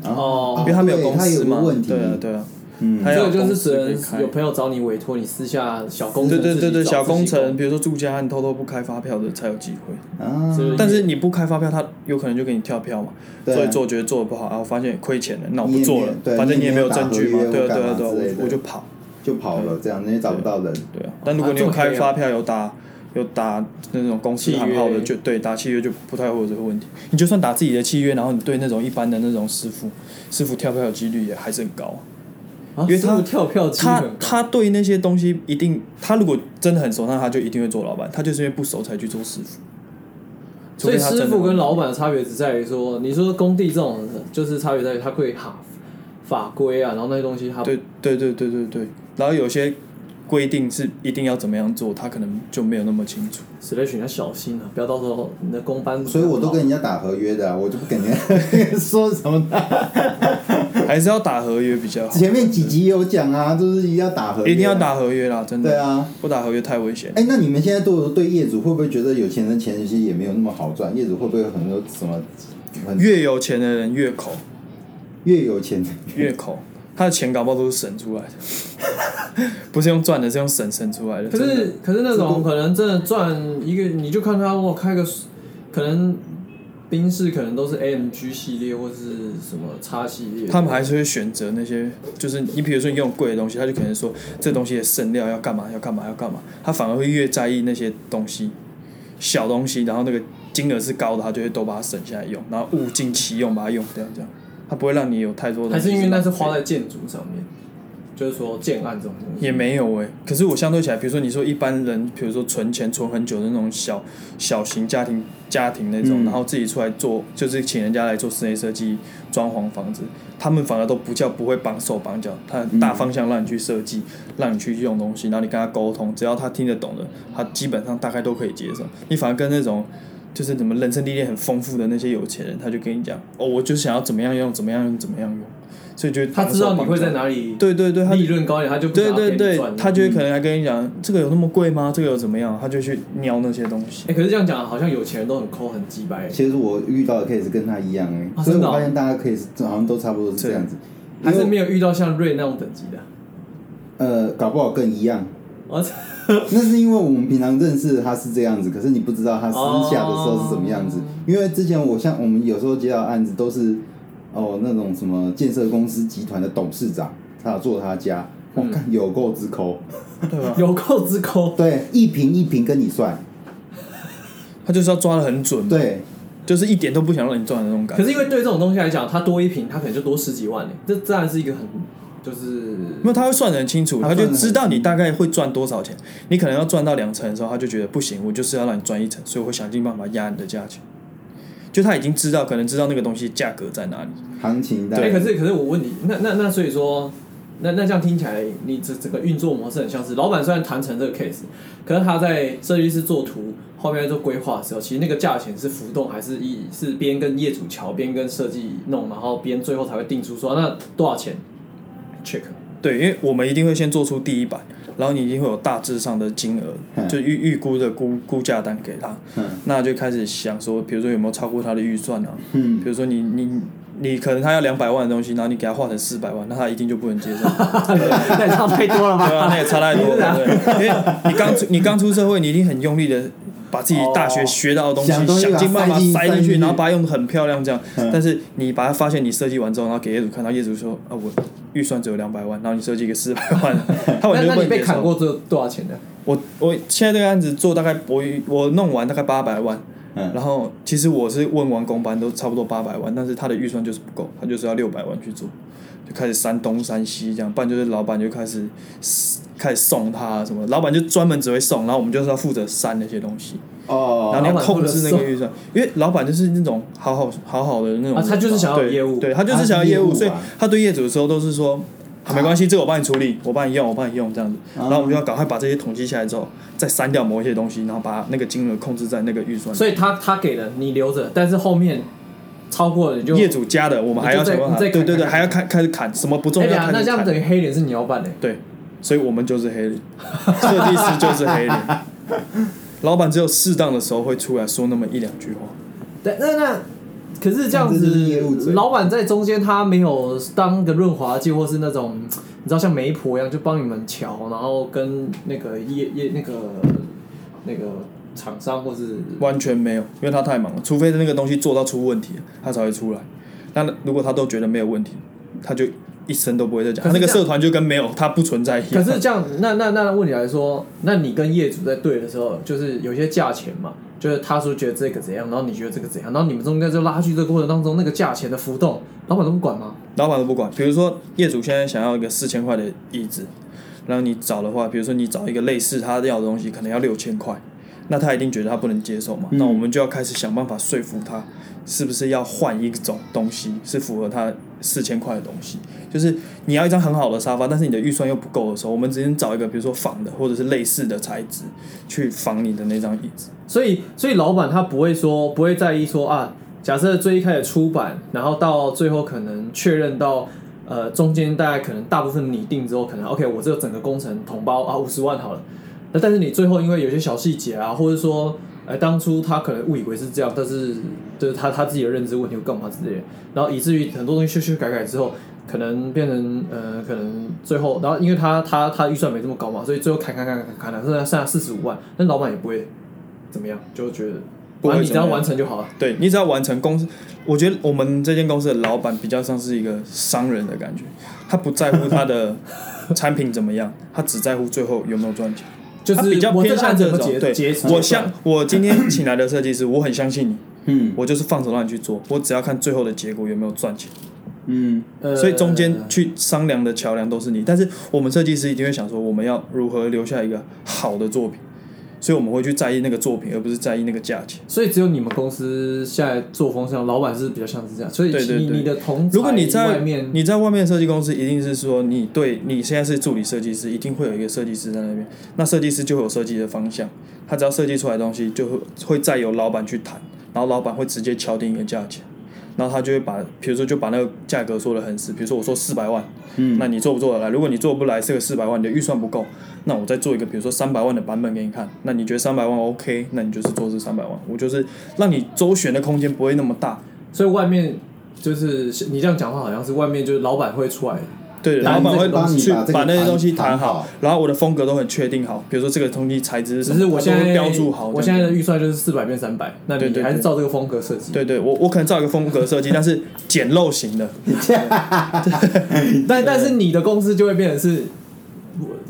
Speaker 4: 的，
Speaker 2: 哦，
Speaker 4: 因为他没有公
Speaker 2: 对他有
Speaker 4: 司
Speaker 2: 个
Speaker 4: 嘛。
Speaker 2: 问题，
Speaker 4: 对啊，对啊，
Speaker 2: 嗯
Speaker 4: 他
Speaker 3: 这
Speaker 4: 要
Speaker 3: 个就
Speaker 4: 公
Speaker 3: 是
Speaker 4: 司
Speaker 3: 只
Speaker 4: 可以
Speaker 3: 能
Speaker 4: 开
Speaker 3: 有朋友找你委托，你私下小工程
Speaker 4: 对对对对，
Speaker 3: 自己找
Speaker 4: 小工
Speaker 3: 自己
Speaker 4: 程，
Speaker 3: 搞
Speaker 4: 比如说住家案偷偷不开发票的才有机会，
Speaker 2: 啊，
Speaker 3: 是
Speaker 4: 但是你不开发票，他有可能就给你跳票嘛。
Speaker 2: 对啊
Speaker 4: 所以做觉得做的不好，然后发现亏钱了，那我不
Speaker 2: 你也
Speaker 4: 做
Speaker 2: 没
Speaker 4: 了
Speaker 2: 有，对
Speaker 4: 反正
Speaker 2: 你也
Speaker 4: 也
Speaker 2: 没
Speaker 4: 没
Speaker 2: 有
Speaker 4: 有
Speaker 2: 打
Speaker 4: 证据
Speaker 2: 合
Speaker 4: 嘛
Speaker 2: 约，
Speaker 4: 对啊对
Speaker 2: 或干
Speaker 4: 啊
Speaker 2: 嘛
Speaker 4: 对啊，
Speaker 2: 之类的
Speaker 4: 我我就跑。
Speaker 2: 就跑了，这样你也找不到人。
Speaker 4: 对
Speaker 3: 哦
Speaker 4: 啊，但如果你有开发票，有打有打那种公司行号
Speaker 3: 契
Speaker 4: 的，
Speaker 3: 约
Speaker 4: 就对打契约就不太会有这个问题。你就算打自己的契约，然后你对那种一般的那种师傅，师傅跳票的几率也还是很高。
Speaker 3: 啊
Speaker 4: 因为
Speaker 3: 师
Speaker 4: 他
Speaker 3: 傅跳票机
Speaker 4: 他
Speaker 3: 很高啊
Speaker 4: 他对那些东西一定，他如果真的很熟，那他就一定会做老板。他就是因为不熟才去做师傅。除
Speaker 3: 所以
Speaker 4: 非他真
Speaker 3: 师
Speaker 4: 的
Speaker 3: 傅跟老板的差别只在于说，你说工地这种就是差别在于他会法法规啊，然后那些东西他
Speaker 4: 对对对对对对，然后有些规定是一定要怎么样做，他可能就没有那么清楚。
Speaker 3: selection 要小心啊，不要到时候你的工班。
Speaker 2: 所以我都跟人家打合约的啊、我就不跟人家 说什么的。
Speaker 4: 还是要打合约比较好，
Speaker 2: 前面几集有讲啊，就是一定要打合约、啊
Speaker 4: 一定要。打合约啦，真的。
Speaker 2: 对啊，
Speaker 4: 不打合约太危险。
Speaker 2: 哎、那你们现在对对业主会不会觉得有钱人钱其实也没有那么好赚？业主会不会有很多什么很
Speaker 4: 越有钱的人越抠，
Speaker 2: 越有钱的
Speaker 4: 越抠，他的钱搞不好都是省出来的， 不是用赚的，是用省省出来的。
Speaker 3: 可
Speaker 4: 真的
Speaker 3: 是可是那
Speaker 2: 这
Speaker 3: 种
Speaker 2: 个
Speaker 3: 可能真的赚一个，你就看他我开个可能宾士可能都是 AMG 系列或是什么叉系列的，
Speaker 4: 他们还是会选择那些，就是你比如说你用贵的东西，他就可能说这东西的剩料要干嘛要干嘛要干嘛，他反而会越在意那些东西，小东西，然后那个金额是高的，他就会都把它省下来用，然后物尽其用把它用掉，这样他不会让你有太多的。
Speaker 3: 还是因为那是花在建筑上面，就是说建案这种东西
Speaker 4: 也没有哎、可是我相对起来，比如说你说一般人，比如说存钱存很久的那种小小型家庭家庭那种，
Speaker 2: 嗯
Speaker 4: 然后自己出来做，就是请人家来做室内设计、装潢房子，他们反而都不叫不会绑手绑脚，他大方向让你去设计，让你去用东西，然后你跟他沟通，只要他听得懂的，他基本上大概都可以接受。你反而跟那种。就是怎么人生历练很丰富的那些有钱人，他就跟你讲哦，我就想要怎么样用，怎么样用，怎么样用，所以就
Speaker 3: 他知道你会在
Speaker 4: 哪，
Speaker 3: 哪里
Speaker 4: 对对对，他就
Speaker 3: 利润高一点，他就不
Speaker 4: 对
Speaker 3: 想要
Speaker 4: 对
Speaker 3: 给你
Speaker 4: 对
Speaker 3: 赚，
Speaker 4: 他就会可
Speaker 2: 嗯
Speaker 4: 能还跟你讲这个有那么贵吗？这个有怎么样？他就去瞄那些东西
Speaker 3: 哎、。可是这样讲，好像有钱人都很抠很鸡掰。
Speaker 2: 其实我遇到的 case 跟他一样哎、
Speaker 3: 啊
Speaker 2: 所以
Speaker 3: 真的
Speaker 2: 我
Speaker 3: 哦
Speaker 2: 发现大家 case 好像都差不多是这样子，
Speaker 3: 还是
Speaker 2: 因为
Speaker 3: 没有遇到像瑞那种等级的。
Speaker 2: 呃，搞不好更一样。
Speaker 3: 我
Speaker 2: 那是因为我们平常认识的他是这样子，可是你不知道他私下的时候是怎么样子。
Speaker 3: 哦
Speaker 2: 因为之前我像我们有时候接到案子都是哦那种什么建设公司集团的董事长，他有做他家，我、
Speaker 3: 嗯
Speaker 2: 看有够之抠，
Speaker 4: 对吧？
Speaker 3: 有扣之扣，
Speaker 2: 对，一瓶一瓶跟你算，
Speaker 4: 他就是要抓的很准，，
Speaker 2: 对，
Speaker 4: 就是一点都不想让你赚的那种感
Speaker 3: 可
Speaker 4: 觉。
Speaker 3: 是因为对这种东西来讲，它多一瓶，它可能就多十几万呢、欸这当然是一个很就是
Speaker 4: 因为他会算得很清楚，
Speaker 2: 他
Speaker 4: 他
Speaker 2: 算得
Speaker 4: 就
Speaker 2: 很
Speaker 4: 知道你大概会赚多少钱。你可能要赚到两成的时候，他就觉得不行，我就是要让你赚一成，所以我会想尽办法压你的价钱。就他已经知道，可能知道那个东西价格在哪里。
Speaker 2: 行情
Speaker 3: 哎、
Speaker 2: 单。
Speaker 3: 可是可是我问你，那那那所以说，那那这样听起来，你这整个运作模式很像是老板虽然谈成这个 case，可是他在设计师做图后面在做规划的时候，其实那个价钱是浮动，还是一是边跟业主瞧，边跟设计弄，然后边最后才会定出说、啊那多少钱？check。
Speaker 4: 对，因为我们一定会先做出第一版，然后你一定会有大致上的金额，
Speaker 2: 嗯
Speaker 4: 就预预估的估估价单给他，
Speaker 2: 嗯
Speaker 4: 那就开始想说，比如说有没有超过他的预算啊？
Speaker 2: 嗯
Speaker 4: 比如说你你你可能他要两百万的东西，然后你给他画成四百万，那他一定就不能接受。
Speaker 3: 那也差太多了吧？
Speaker 4: 对啊，那也差太多了，对不对，因为你刚出你刚出社会，你一定很用力的把自己大学学到的东西，
Speaker 2: 想东西
Speaker 4: 想尽办法
Speaker 2: 把它塞进
Speaker 4: 塞
Speaker 2: 塞
Speaker 4: 进
Speaker 2: 进
Speaker 4: 去，
Speaker 2: 去
Speaker 4: 然后把它用的很漂亮这样。
Speaker 2: 嗯
Speaker 4: 但是你把它发现你设计完之后，然后给业主看，到业主说啊，我预算只有两百万，然后你设计一个四百万，他完全
Speaker 3: 那那
Speaker 4: 不
Speaker 3: 你
Speaker 4: 能
Speaker 3: 被
Speaker 4: 接
Speaker 3: 砍
Speaker 4: 受。
Speaker 3: 过这多少钱的？
Speaker 4: 我我现在这个案子做大概我我弄完大概八百万，
Speaker 2: 嗯
Speaker 4: 然后其实我是问完公班都差不多八百万，但是他的预算就是不够，他就是要六百万去做，就开始山东山西这样，不然就是老板就开始开始送他什么，老板就专门只会送，然后我们就是要负责删那些东西，然
Speaker 2: 哦，
Speaker 4: 后你
Speaker 3: 老
Speaker 4: 要
Speaker 3: 板负责
Speaker 4: 控制那个预算，因为老板就是那种好好好好的那种人吧、
Speaker 3: 啊他就是想要有
Speaker 4: 对
Speaker 3: 业务
Speaker 4: 对他就是想要业
Speaker 2: 他
Speaker 4: 务，
Speaker 2: 是
Speaker 4: 所
Speaker 2: 业
Speaker 4: 以
Speaker 2: 务啊
Speaker 4: 他对业主的时候都是说。啊没关系，这个我帮你处理，我帮你用，我帮你用这样子，然
Speaker 3: 啊
Speaker 4: 后我们就要赶快把这些统计下来之后，再删掉某一些东西，然后把那个金额控制在那个预算。
Speaker 3: 所以他他给了你留着，但是后面超过了你就
Speaker 4: 业主加的，我们还要想办
Speaker 3: 你
Speaker 4: 法，
Speaker 3: 就
Speaker 4: 对
Speaker 3: 再你
Speaker 4: 对
Speaker 3: 再砍
Speaker 4: 对，
Speaker 3: 砍砍
Speaker 4: 还要开开始砍，什么不重
Speaker 3: 哎
Speaker 4: 要
Speaker 3: 呀，
Speaker 4: 开
Speaker 3: 那
Speaker 4: 始
Speaker 3: 这样等
Speaker 4: 砍。
Speaker 3: 于黑脸是你老板嘞、
Speaker 4: 对，所以我们就是黑脸，设计师就是黑脸，老板只有适当的时候会出来说那么一两句话。
Speaker 3: 对，那那可是这样
Speaker 2: 这就是业务
Speaker 3: 子，
Speaker 2: 嘴
Speaker 3: 老板在中间他没有当个润滑剂，或是那种你知道像媒婆一样，就帮你们瞧，然后跟那个业业那个那个厂商或是
Speaker 4: 完全没有，因为他太忙了。除非那个东西做到出问题，他才会出来。那如果他都觉得没有问题，他就一声都不会再讲。
Speaker 3: 可
Speaker 4: 他那
Speaker 3: 是
Speaker 4: 个
Speaker 3: 这样
Speaker 4: 社团就跟没有他不存在一
Speaker 3: 可
Speaker 4: 样。
Speaker 3: 是这样，那那那问题来说，那你跟业主在对的时候，就是有些价钱嘛，就是他说觉得这个怎样，然后你觉得这个怎样，然后你们中间就拉锯这个过程当中，那个价钱的浮动，老板都不管吗？
Speaker 4: 老板都不管。比如说业主现在想要一个四千块的椅子，然后你找的话，比如说你找一个类似他要的东西，可能要六千块，那他一定觉得他不能接受嘛。
Speaker 2: 嗯
Speaker 4: 那我们就要开始想办法说服他，是不是要换一种东西是符合他四千块的东西？就是你要一张很好的沙发，但是你的预算又不够的时候，我们只能找一个比如说仿的或者是类似的材质去仿你的那张椅子。
Speaker 3: 所以，所以老板他不会说，不会在意说啊，假设最一开始出版，然后到最后可能确认到，呃，中间大概可能大部分拟定之后，可能 OK，我这个整个工程统包啊五十万好了，那但是你最后因为有些小细节啊，或者说，呃，当初他可能误以为是这样，但是就是他他自己的认知问题或干嘛之类的，然后以至于很多东西修修改改之后。可能变成呃，可能最后，然后因为他他他预算没这么高嘛，所以最后砍砍砍砍砍砍，剩下剩下四十五万，那老板也不会怎么样，就觉得
Speaker 4: 不会
Speaker 3: 反正你只要
Speaker 4: 怎么样
Speaker 3: 完成就好了。
Speaker 4: 对你只要完成公司，我觉得我们这间公司的老板比较像是一个商人的感觉，他不在乎他 的产品怎么样，他只在乎最后有没有赚钱。
Speaker 3: 就是
Speaker 4: 他比较
Speaker 3: 我这
Speaker 4: 偏
Speaker 3: 个
Speaker 4: 向
Speaker 3: 案子
Speaker 4: 这
Speaker 3: 有没有
Speaker 4: 种，
Speaker 3: 结
Speaker 4: 对
Speaker 3: 结，束
Speaker 4: 我相我今天请来的设计师，我很相信你，
Speaker 2: 嗯
Speaker 4: 我就是放手让你去做，我只要看最后的结果有没有赚钱。
Speaker 2: 嗯，
Speaker 3: 呃
Speaker 4: 所以中间去商量的桥梁都是你，但是我们设计师一定会想说，我们要如何留下一个好的作品，所以我们会去在意那个作品，而不是在意那个价钱。
Speaker 3: 所以只有你们公司现在作风上，老板是比较像是这样，所以
Speaker 4: 对对
Speaker 3: 你
Speaker 4: 对
Speaker 3: 你的同才
Speaker 4: 如果你在
Speaker 3: 外面，
Speaker 4: 你在外面的设计公司，一定是说你对你现在是助理设计师，一定会有一个设计师在那边，那设计师就会有设计的方向，他只要设计出来的东西，就会会再由老板去谈，然后老板会直接敲定一个价钱。然后他就会把，比如说就把那个价格说的很死，比如说我说四百万，
Speaker 2: 嗯
Speaker 4: 那你做不做得来？如果你做不来这个四百万，你的预算不够，那我再做一个，比如说三百万的版本给你看。那你觉得三百万 OK？那你就是做这三百万，我就是让你周旋的空间不会那么大，
Speaker 3: 所以外面就是你这样讲话，好像是外面就是老板会出来
Speaker 4: 对，
Speaker 3: 谈
Speaker 4: 老板
Speaker 3: 这
Speaker 4: 会
Speaker 3: 个东
Speaker 2: 西
Speaker 4: 去
Speaker 2: 把这个
Speaker 4: 把那些
Speaker 2: 谈
Speaker 4: 东西
Speaker 2: 谈
Speaker 4: 谈
Speaker 2: 好
Speaker 4: 好，然后我的风格都很确定好，比如说这个东西材质是什么，
Speaker 3: 只是我
Speaker 4: 它都
Speaker 3: 现在
Speaker 4: 会标注好。
Speaker 3: 我现在的预算就是四百变三百，那
Speaker 4: 对
Speaker 3: 你
Speaker 4: 对
Speaker 3: 还是
Speaker 4: 对
Speaker 3: 照这个风格设计。
Speaker 4: 对对，我我可能照一个风格设计，但是简陋型的，
Speaker 3: 但但是你的公司就会变成是，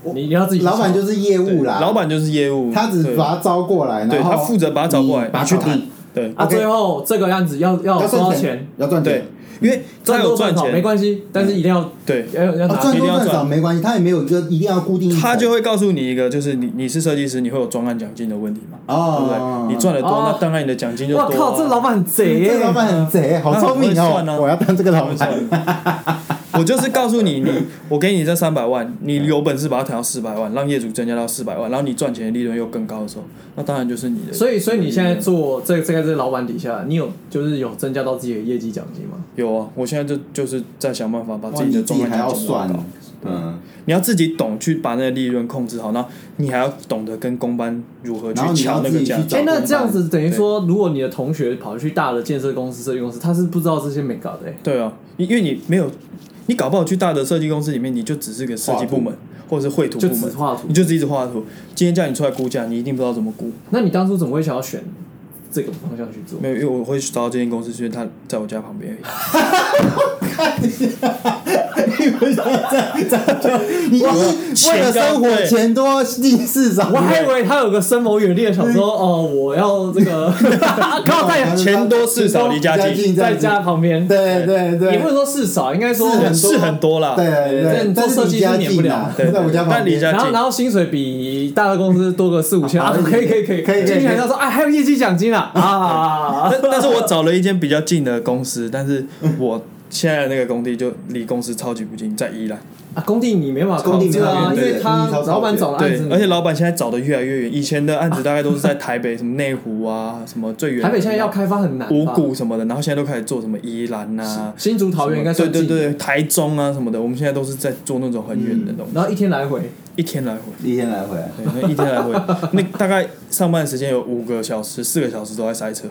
Speaker 3: 我你你要自己去
Speaker 2: 老板
Speaker 3: 想
Speaker 2: 就是业务啦，
Speaker 4: 老板就是业务，
Speaker 2: 他只
Speaker 4: 对
Speaker 2: 把他招过来，
Speaker 4: 对
Speaker 2: 然后
Speaker 4: 他负责把他找过来，
Speaker 2: 你把
Speaker 4: 你
Speaker 2: 他
Speaker 4: 去
Speaker 2: 搞定
Speaker 4: 谈，对
Speaker 3: 啊，
Speaker 2: OK
Speaker 3: 最后这个案子要要
Speaker 2: 要
Speaker 3: 多少
Speaker 2: 赚
Speaker 3: 钱？，
Speaker 2: 要赚
Speaker 4: 对
Speaker 2: 钱，，
Speaker 4: 因为他有
Speaker 3: 多
Speaker 4: 赚
Speaker 3: 赚少没
Speaker 4: 钱，
Speaker 3: 关系，但是一定要
Speaker 4: 对，
Speaker 3: 要要
Speaker 2: 哦
Speaker 3: 拿
Speaker 2: 赚
Speaker 4: 一定
Speaker 2: 多
Speaker 4: 要
Speaker 2: 赚少
Speaker 4: 赚
Speaker 2: 没关系，他也没有一个一定要固定一层，
Speaker 4: 他就会告诉你一个，就是你你是设计师，你会有专案奖金的问题嘛，对不
Speaker 2: 哦，
Speaker 4: 对？你赚的多，
Speaker 3: 哦
Speaker 4: 那当然你的奖金就多
Speaker 3: 我
Speaker 4: 啊。
Speaker 3: 靠，这老板很贼
Speaker 2: 这
Speaker 3: 耶！
Speaker 2: 老板很贼，好聪明
Speaker 4: 他很会算
Speaker 2: 哦
Speaker 4: 啊！
Speaker 2: 我要当这个老板，
Speaker 4: 我就是告诉你，你我给你这三百万，你有本事把它谈到四百万，让业主增加到四百万，然后你赚钱的利润又更高的时候，那当然就是你的。
Speaker 3: 所以，所以你现在做这这个这个老板底下，你有就是有增加到自己的业绩奖金吗？
Speaker 4: 有啊，我现在就就是在想办法把
Speaker 2: 哇
Speaker 4: 自己
Speaker 2: 你
Speaker 4: 的
Speaker 2: 自
Speaker 4: 专
Speaker 2: 己
Speaker 4: 案
Speaker 2: 还要
Speaker 4: 奖金拉
Speaker 2: 算
Speaker 4: 高。，
Speaker 2: 嗯，
Speaker 4: 你要自己懂去把那个利润控制好，然后你还要懂得跟工班如何去
Speaker 2: 然后你要
Speaker 4: 瞧那
Speaker 2: 自
Speaker 4: 个
Speaker 2: 己
Speaker 4: 价
Speaker 2: 去
Speaker 4: 格。
Speaker 2: 找
Speaker 3: 哎、那
Speaker 2: 公
Speaker 3: 这样
Speaker 2: 办
Speaker 3: 子等于说，如果你的同学跑去大的建设公司、设计公司，他是不知道这些美搞的、欸。
Speaker 4: 对啊，因因为你没有，你搞不好去大的设计公司里面，你就只是个设计部门或者是绘图
Speaker 3: 就
Speaker 4: 部门
Speaker 3: 只，画图
Speaker 4: 你，就只一直画图。今天叫你出来估价，你一定不知道怎么估。
Speaker 3: 那你当初怎么会想要选这个方向去做？
Speaker 4: 没有，因为我会找到这间公司，就是它在我家旁边而已。
Speaker 2: 嗯你就是为了生活
Speaker 4: 对
Speaker 2: 钱多进市场，
Speaker 3: 我还以为他有个深谋远虑，想说哦，我要这个靠太阳
Speaker 4: 钱多事少离家近
Speaker 2: 这样
Speaker 3: 在
Speaker 2: 子
Speaker 3: 家旁边，
Speaker 2: 对对对，
Speaker 3: 也不能说事少，应该说
Speaker 2: 是
Speaker 4: 是很多啦，
Speaker 2: 对对，
Speaker 3: 但
Speaker 2: 但
Speaker 3: 做
Speaker 2: 是
Speaker 3: 设计
Speaker 2: 离家
Speaker 3: 是免不
Speaker 2: 近
Speaker 3: 了
Speaker 2: 啊
Speaker 4: 对对
Speaker 2: 在我
Speaker 4: 对
Speaker 2: 家旁
Speaker 4: 但离
Speaker 2: 边。
Speaker 4: 家
Speaker 3: 然后
Speaker 4: 近
Speaker 3: 然后薪水比大的公司多个四五千
Speaker 2: 好
Speaker 3: 啊，可以可以可以
Speaker 2: 可以可以
Speaker 3: 经
Speaker 2: 可
Speaker 3: 理
Speaker 2: 以
Speaker 3: 还要说啊，还有业绩奖金啊啊，
Speaker 4: 但但是我找了一间比较近的公司，但是我现在那个工地就离公司超级不近，在宜兰。
Speaker 3: 啊，工地你没办法
Speaker 2: 工地
Speaker 3: 控制啊，
Speaker 2: 没
Speaker 3: 因
Speaker 2: 办法对
Speaker 3: 为他
Speaker 2: 对
Speaker 3: 老板找的案
Speaker 4: 对
Speaker 3: 哦子，，
Speaker 4: 而且老板现在找的越来越远，以前的案子大概都是在台北，什么内湖啊，什么最远的
Speaker 3: 台北现在要开发很难吧，
Speaker 4: 五谷什么的，然后现在都开始做什么宜兰啊，
Speaker 3: 新竹桃园应该
Speaker 4: 对
Speaker 3: 算
Speaker 4: 对
Speaker 3: 近，
Speaker 4: 对，台中啊什么的，我们现在都是在做那种很远的东西，
Speaker 3: 然后一天来回，
Speaker 4: 一天来回。
Speaker 2: 一天来回，
Speaker 4: 对，那一天 来回，那大概上班时间有五个小时、四个小时都在塞车，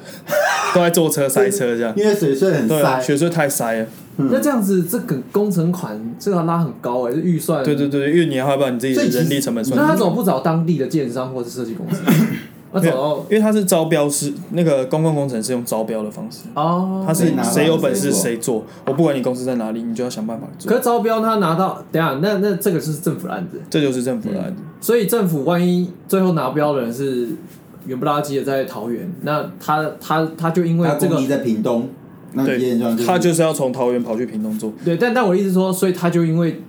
Speaker 4: 都在坐车塞车这样。
Speaker 2: 因为水税很
Speaker 4: 对啊，
Speaker 2: 塞，
Speaker 4: 学生太塞了。
Speaker 2: 嗯
Speaker 3: 那这样子这个工程款这个拉很高哎，这预算
Speaker 4: 对对对，因为你要把你自己的
Speaker 2: 所以其实
Speaker 4: 人力成本算
Speaker 3: 那
Speaker 4: 进
Speaker 3: 他
Speaker 4: 去。
Speaker 3: 怎么不找当地的建商或者设计公 司？那
Speaker 4: 没
Speaker 3: 找
Speaker 4: 有
Speaker 2: 哦
Speaker 3: 到
Speaker 4: 因为他是招标师，那个公共工程是用招标的方式，
Speaker 3: 哦，
Speaker 4: 他是
Speaker 2: 拿到
Speaker 4: 谁有本
Speaker 2: 谁
Speaker 4: 事
Speaker 2: 做
Speaker 4: 谁做，我不管你公司在哪里，你就要想办法
Speaker 3: 可
Speaker 4: 做。
Speaker 3: 是招标他拿到，等一下那那这个就是政府的案子，
Speaker 4: 这就是政府的案子。
Speaker 2: 嗯
Speaker 3: 所以政府万一最后拿标的人是远不拉几的在桃园，那他他他就因为
Speaker 2: 他
Speaker 3: 这
Speaker 2: 工
Speaker 3: 个
Speaker 2: 地在屏东，那你现状就
Speaker 4: 对，
Speaker 2: 是
Speaker 4: 他就是要从桃园跑去屏东做。
Speaker 3: 对，但但我的意思是说，所以他就因为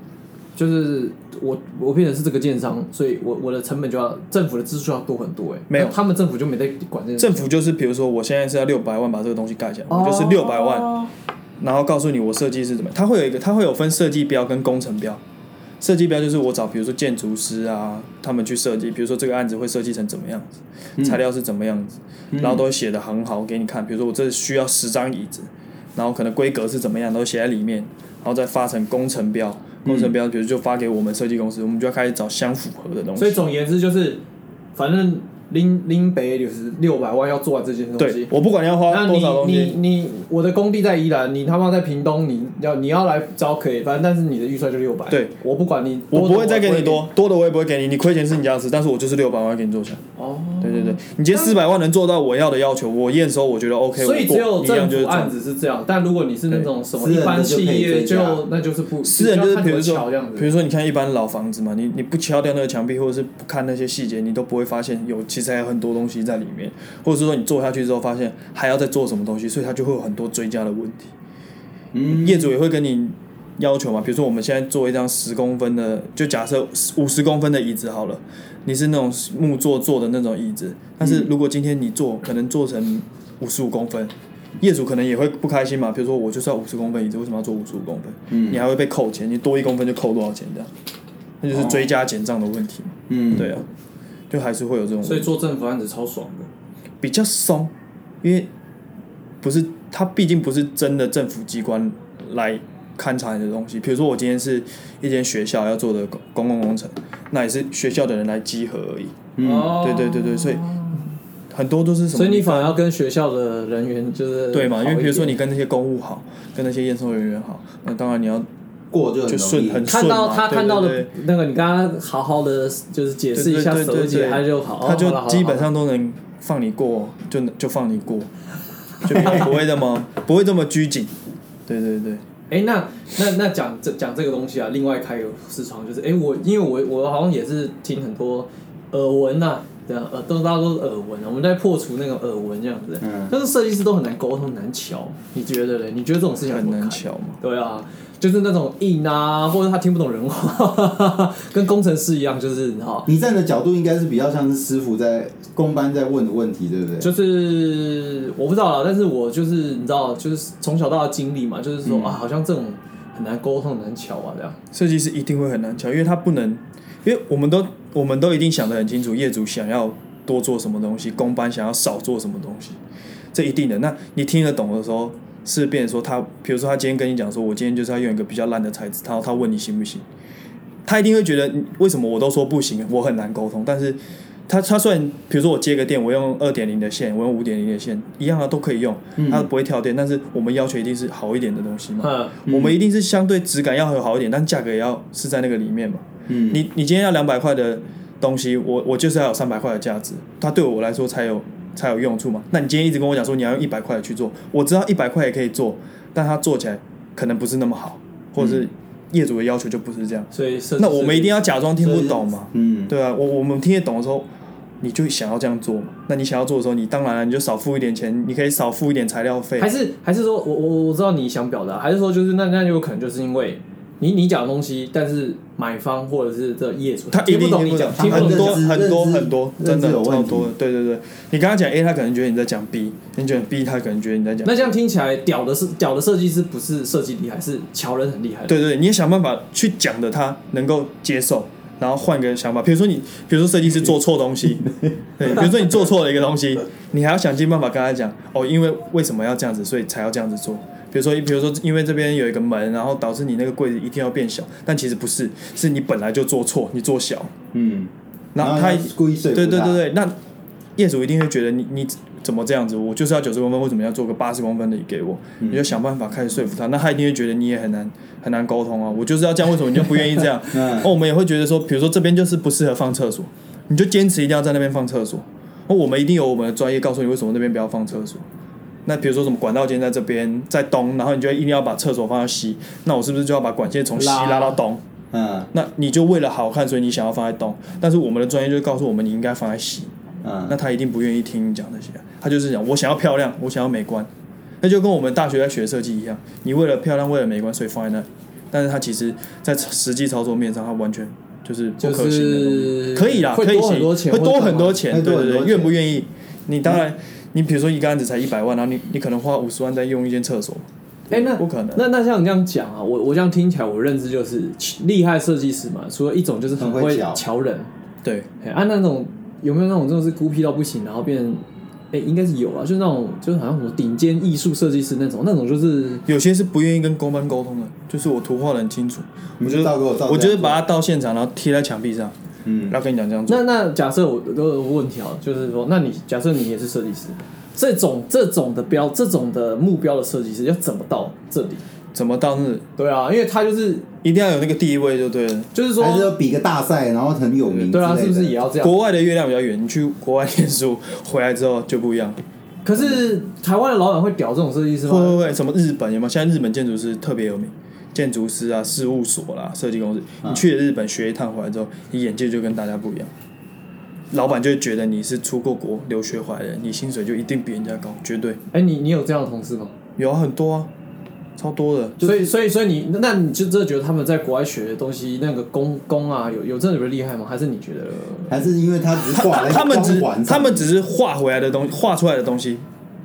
Speaker 3: 就是我我变成是这个建商，所以我我的成本就要政府的支出要多很多哎、
Speaker 4: 没有
Speaker 3: 那他们政府就没在管这个
Speaker 4: 政府就是，比如说我现在是要六百万把这个东西盖起来，我就是六百万，
Speaker 3: 哦
Speaker 4: 然后告诉你我设计是怎么样，它会有一个，它会有分设计标跟工程标。设计标就是我找，比如说建筑师啊，他们去设计，比如说这个案子会设计成怎么样
Speaker 3: 嗯
Speaker 4: 子，材料是怎么样子，然后都会写的很好给你看。比如说我这需要十张椅子，然后可能规格是怎么样，都写在里面，然后再发成工程标。
Speaker 3: 嗯
Speaker 4: 工程标，比如就发给我们设计公司，我们就要开始找相符合的东西。
Speaker 3: 所以总而言之就是，反正林林北就是六百万要做完这件东
Speaker 4: 对
Speaker 3: 西。
Speaker 4: 我不管你要花
Speaker 3: 那
Speaker 4: 多
Speaker 3: 你
Speaker 4: 少东
Speaker 3: 你
Speaker 4: 西，
Speaker 3: 你我的工地在宜兰，你他妈在屏东，你要你要来招可以，反正但是你的预算就六百。
Speaker 4: 对，
Speaker 3: 我不管你，
Speaker 4: 我
Speaker 3: 多
Speaker 4: 不
Speaker 3: 的
Speaker 4: 会再给
Speaker 3: 不
Speaker 4: 你多，多的我也不会给你，你亏钱是你家的事，但是我就是六百万给你做起来。
Speaker 3: 哦。
Speaker 4: 对对对，你今天四百万能做到我要的要求，我验收我觉得 OK，
Speaker 3: 所以
Speaker 4: 我过
Speaker 3: 只有
Speaker 4: 一样
Speaker 3: 政
Speaker 4: 就是
Speaker 3: 府
Speaker 4: 中
Speaker 3: 案子是这样，但如果你是那种什么一般企业，
Speaker 2: 私人的就可以追加
Speaker 3: 就那就是不
Speaker 4: 私人就是比如
Speaker 3: 要看怎么瞧
Speaker 4: 说
Speaker 3: 这样，
Speaker 4: 比
Speaker 3: 子。
Speaker 4: 如说你看一般老房子嘛，你你不敲掉那个墙壁，或者是不看那些细节，你都不会发现有其实还有很多东西在里面，或者是说你做下去之后发现还要再做什么东西，所以它就会有很多追加的问题。
Speaker 2: 嗯
Speaker 4: 业主也会跟你要求嘛，比如说我们现在做一张十公分的，就假设五十公分的椅子好了，你是那种木座做的那种椅子，但是如果今天你做可能做成五十五公分，业主可能也会不开心嘛，比如说我就是要五十公分椅子，为什么要做五十五公分？
Speaker 2: 嗯
Speaker 4: 你还会被扣钱，你多一公分就扣多少钱这样，那
Speaker 3: 哦
Speaker 4: 就是追加减账的问题嘛，
Speaker 2: 嗯
Speaker 4: 对啊，就还是会有这种
Speaker 3: 所以做政府案子超爽的，
Speaker 4: 比较松，因为不是它毕竟不是真的政府机关来勘察你的东西。比如说我今天是一间学校要做的公公共工程，那也是学校的人来集合而已，
Speaker 2: 嗯，
Speaker 3: 哦
Speaker 4: 对对对对所以很多都是什么？
Speaker 3: 所以你反而要跟学校的人员就是
Speaker 4: 对嘛？因为比如说
Speaker 3: 好
Speaker 4: 你
Speaker 3: 一点
Speaker 4: 跟那些公务好，跟那些验收人员好，那当然你要
Speaker 2: 过就很
Speaker 4: 就
Speaker 2: 容
Speaker 4: 顺
Speaker 2: 易。
Speaker 4: 很顺
Speaker 3: 看
Speaker 4: 嘛
Speaker 3: 到他
Speaker 4: 对
Speaker 3: 看到
Speaker 4: 对
Speaker 3: 的
Speaker 4: 对
Speaker 3: 那个，你刚刚好好的就是解释一下
Speaker 4: 对对对
Speaker 3: 手
Speaker 4: 对
Speaker 3: 解，
Speaker 4: 对
Speaker 3: 他就
Speaker 4: 他
Speaker 3: 好，哦好了好
Speaker 4: 就
Speaker 3: 了
Speaker 4: 基本上都能放你过，就能就放你过，就没有不会那么不会这么拘谨。对对对，
Speaker 3: 哎、那那那讲这讲这个东西啊，另外开个视窗就是，哎、我因为我我好像也是听很多耳闻呐、对啊，呃，都大家都是耳闻啊，我们在破除那个耳闻这样子。
Speaker 2: 嗯
Speaker 3: 但是设计师都很难沟通，很难瞧，你觉得嘞？你觉 得这种事情
Speaker 4: 很难
Speaker 3: 瞧？
Speaker 4: 巧嘛。
Speaker 3: 对啊，就是那种硬啊，或者他听不懂人话， 跟工程师一样，就是你知道，
Speaker 2: 你站的角度应该是比较像是师傅在工班在问的问题，对不对？
Speaker 3: 就是我不知道啦，但是我就是你知道，就是从小到大的经历嘛，就是说、啊，好像这种很难沟通、很难瞧啊，这样。
Speaker 4: 设计师一定会很难瞧，因为他不能，因为我们都我们都一定想得很清楚，业主想要多做什么东西，工班想要少做什么东西，这一定的。那你听得懂的时候，是变成说他，比如说他今天跟你讲说，我今天就是要用一个比较烂的材质，他他问你行不行，他一定会觉得嗯为什么我都说不行，我很难沟通，但是。他他虽然，比如说我接个电，我用二点零的线，我用五点零的线，一样啊都可以用，它不会跳电，但是我们要求一定是好一点的东西嘛。
Speaker 3: 嗯，
Speaker 4: 我们一定是相对质感要很好一点，但价格也要是在那个里面嘛。
Speaker 2: 嗯，
Speaker 4: 你你今天要两百块的东西，我我就是要有三百块的价值，它对我来说才有才有用处嘛。那你今天一直跟我讲说你要用一百块的去做，我知道一百块也可以做，但它做起来可能不是那么好，或者是业主的要求就不是这样。
Speaker 3: 所以设计
Speaker 4: 那我们一定
Speaker 3: 要
Speaker 4: 要假装听不懂嘛？
Speaker 2: 嗯，
Speaker 4: 对啊，我我们听得懂的时候，你就想要这样做嘛。那你想要做的时候，你当然了你就少付一点钱，你可以少付一点材料费
Speaker 3: 还。是还是说我我我知道你想表达，还是说就是那那有可能就是因为你你讲的东西，但是买方或者是这业主
Speaker 4: 他一
Speaker 3: 听
Speaker 4: 定
Speaker 3: 不懂
Speaker 4: 听
Speaker 3: 你
Speaker 4: 不
Speaker 3: 讲，
Speaker 4: 懂，
Speaker 3: 听不懂
Speaker 4: 很
Speaker 3: 你
Speaker 4: 多
Speaker 2: 认知
Speaker 3: 讲
Speaker 4: 很多
Speaker 2: 认知
Speaker 4: 很多，
Speaker 2: 认
Speaker 4: 真
Speaker 2: 知
Speaker 4: 的
Speaker 2: 有
Speaker 4: 超
Speaker 2: 问题
Speaker 4: 多的。对对对，你跟他讲 A，他可能觉得你在讲 B；你讲 B，他可能觉得你在讲。
Speaker 3: 那这样听起来，屌的是屌的设计师不是设计厉害，是乔人很厉害。
Speaker 4: 对对，你也想办法去讲的他能够接受，然后换个想法。比如说你，比如说设计师做错东西，对，比如说你做错了一个东西，你还要想尽办法跟他讲哦，因为为什么要这样子，所以才要这样子做。比如说，比如说，因为这边有一个门，然后导致你那个柜子一定要变小，但其实不是，是你本来就做错，你做小，
Speaker 2: 嗯，
Speaker 4: 然后他
Speaker 2: 要故意说服
Speaker 4: 对对
Speaker 2: 他
Speaker 4: 对，对，那业主一定会觉得你你怎么这样子？我就是要九十公分，为什么要做个八十公分的给我？你就想办法开始说服他，那他一定会觉得你也很难很难沟通啊。我就是要这样，为什么你就不愿意这样？
Speaker 2: 嗯
Speaker 4: 哦，我们也会觉得说，比如说这边就是不适合放厕所，你就坚持一定要在那边放厕所。哦，我们一定有我们的专业告诉你为什么那边不要放厕所。那比如说什么管道间在这边，在东，然后你就一定要把厕所放到西，那我是不是就要把管线从西
Speaker 3: 拉
Speaker 4: 拉到东？
Speaker 2: 嗯
Speaker 4: 那你就为了好看，所以你想要放在东，但是我们的专业就告诉我们你应该放在西，那
Speaker 2: 嗯，
Speaker 4: 他一定不愿意听你讲这些，他就是讲我想要漂亮，我想要美观，那就跟我们大学在学设计一样，你为了漂亮，为了美观，所以放在那里，但是他其实在实际操作面上，他完全就是不可行的东西。
Speaker 3: 就是
Speaker 4: 可以啦，
Speaker 3: 会
Speaker 4: 可以行
Speaker 3: 多很多钱，
Speaker 4: 会多
Speaker 3: 干嘛
Speaker 4: 很多。钱，
Speaker 2: 会
Speaker 4: 对
Speaker 2: 多
Speaker 4: 对
Speaker 2: 很多
Speaker 4: 对，
Speaker 2: 钱
Speaker 4: 愿不愿意？你当然，你比如说一个案子才一百万，然后你你可能花五十万在用一间厕所，
Speaker 3: 哎，那
Speaker 4: 不可能
Speaker 3: 那那像你这样讲啊，我我这样听起来，我认知就是厉害设计师嘛，除了一种就是很
Speaker 2: 很会
Speaker 3: 会
Speaker 2: 瞧
Speaker 3: 瞧人，
Speaker 4: 对，
Speaker 3: 哎，啊那种有没有那种真的是孤僻到不行，然后变成哎应该是有啊，就是那种就是好像什么顶尖艺术设计师那种，那种就是
Speaker 4: 有些是不愿意跟工班沟通的，就是我图画的很清楚，
Speaker 2: 你就照给我照，
Speaker 4: 我就是把它到现场，然后贴在墙壁上，
Speaker 2: 啊嗯
Speaker 4: 然后跟你讲这样做。
Speaker 3: 那那假设我都有问题啊，就是说，那你假设你也是设计师，这种这种的标这种的目标的设计师要怎么到这里？
Speaker 4: 怎么到那？
Speaker 3: 对啊，因为他就是
Speaker 4: 一定要有那个地位就对了。
Speaker 3: 就是说，
Speaker 2: 还是要比个大赛，然后很有名之类的，
Speaker 3: 对啊，是不是也要这样？
Speaker 4: 国外的月亮比较圆，你去国外念书回来之后就不一样。
Speaker 3: 可是台湾的老板会屌这种设计师
Speaker 4: 会会啊
Speaker 3: 吗？
Speaker 4: 会，什么日本有没有？现在日本建筑师特别有名，建筑师啊、事务所啦、设计公司，
Speaker 2: 啊
Speaker 4: 你去了日本学一趟回来之后，你眼界就跟大家不一样。老板就会觉得你是出过国留学回来的，你薪水就一定比人家高，绝对
Speaker 3: 哎、你你有这样的同事吗？
Speaker 4: 有啊，很多啊，超多的。
Speaker 3: 所以所以所以你那你就真的觉得他们在国外学的东西那个功功啊，有有真的有厉害吗？还是你觉得？
Speaker 2: 还是因为他只是挂了一个
Speaker 4: 他们只
Speaker 2: 光环上
Speaker 4: 他们只是画回来的东西，画出来的东西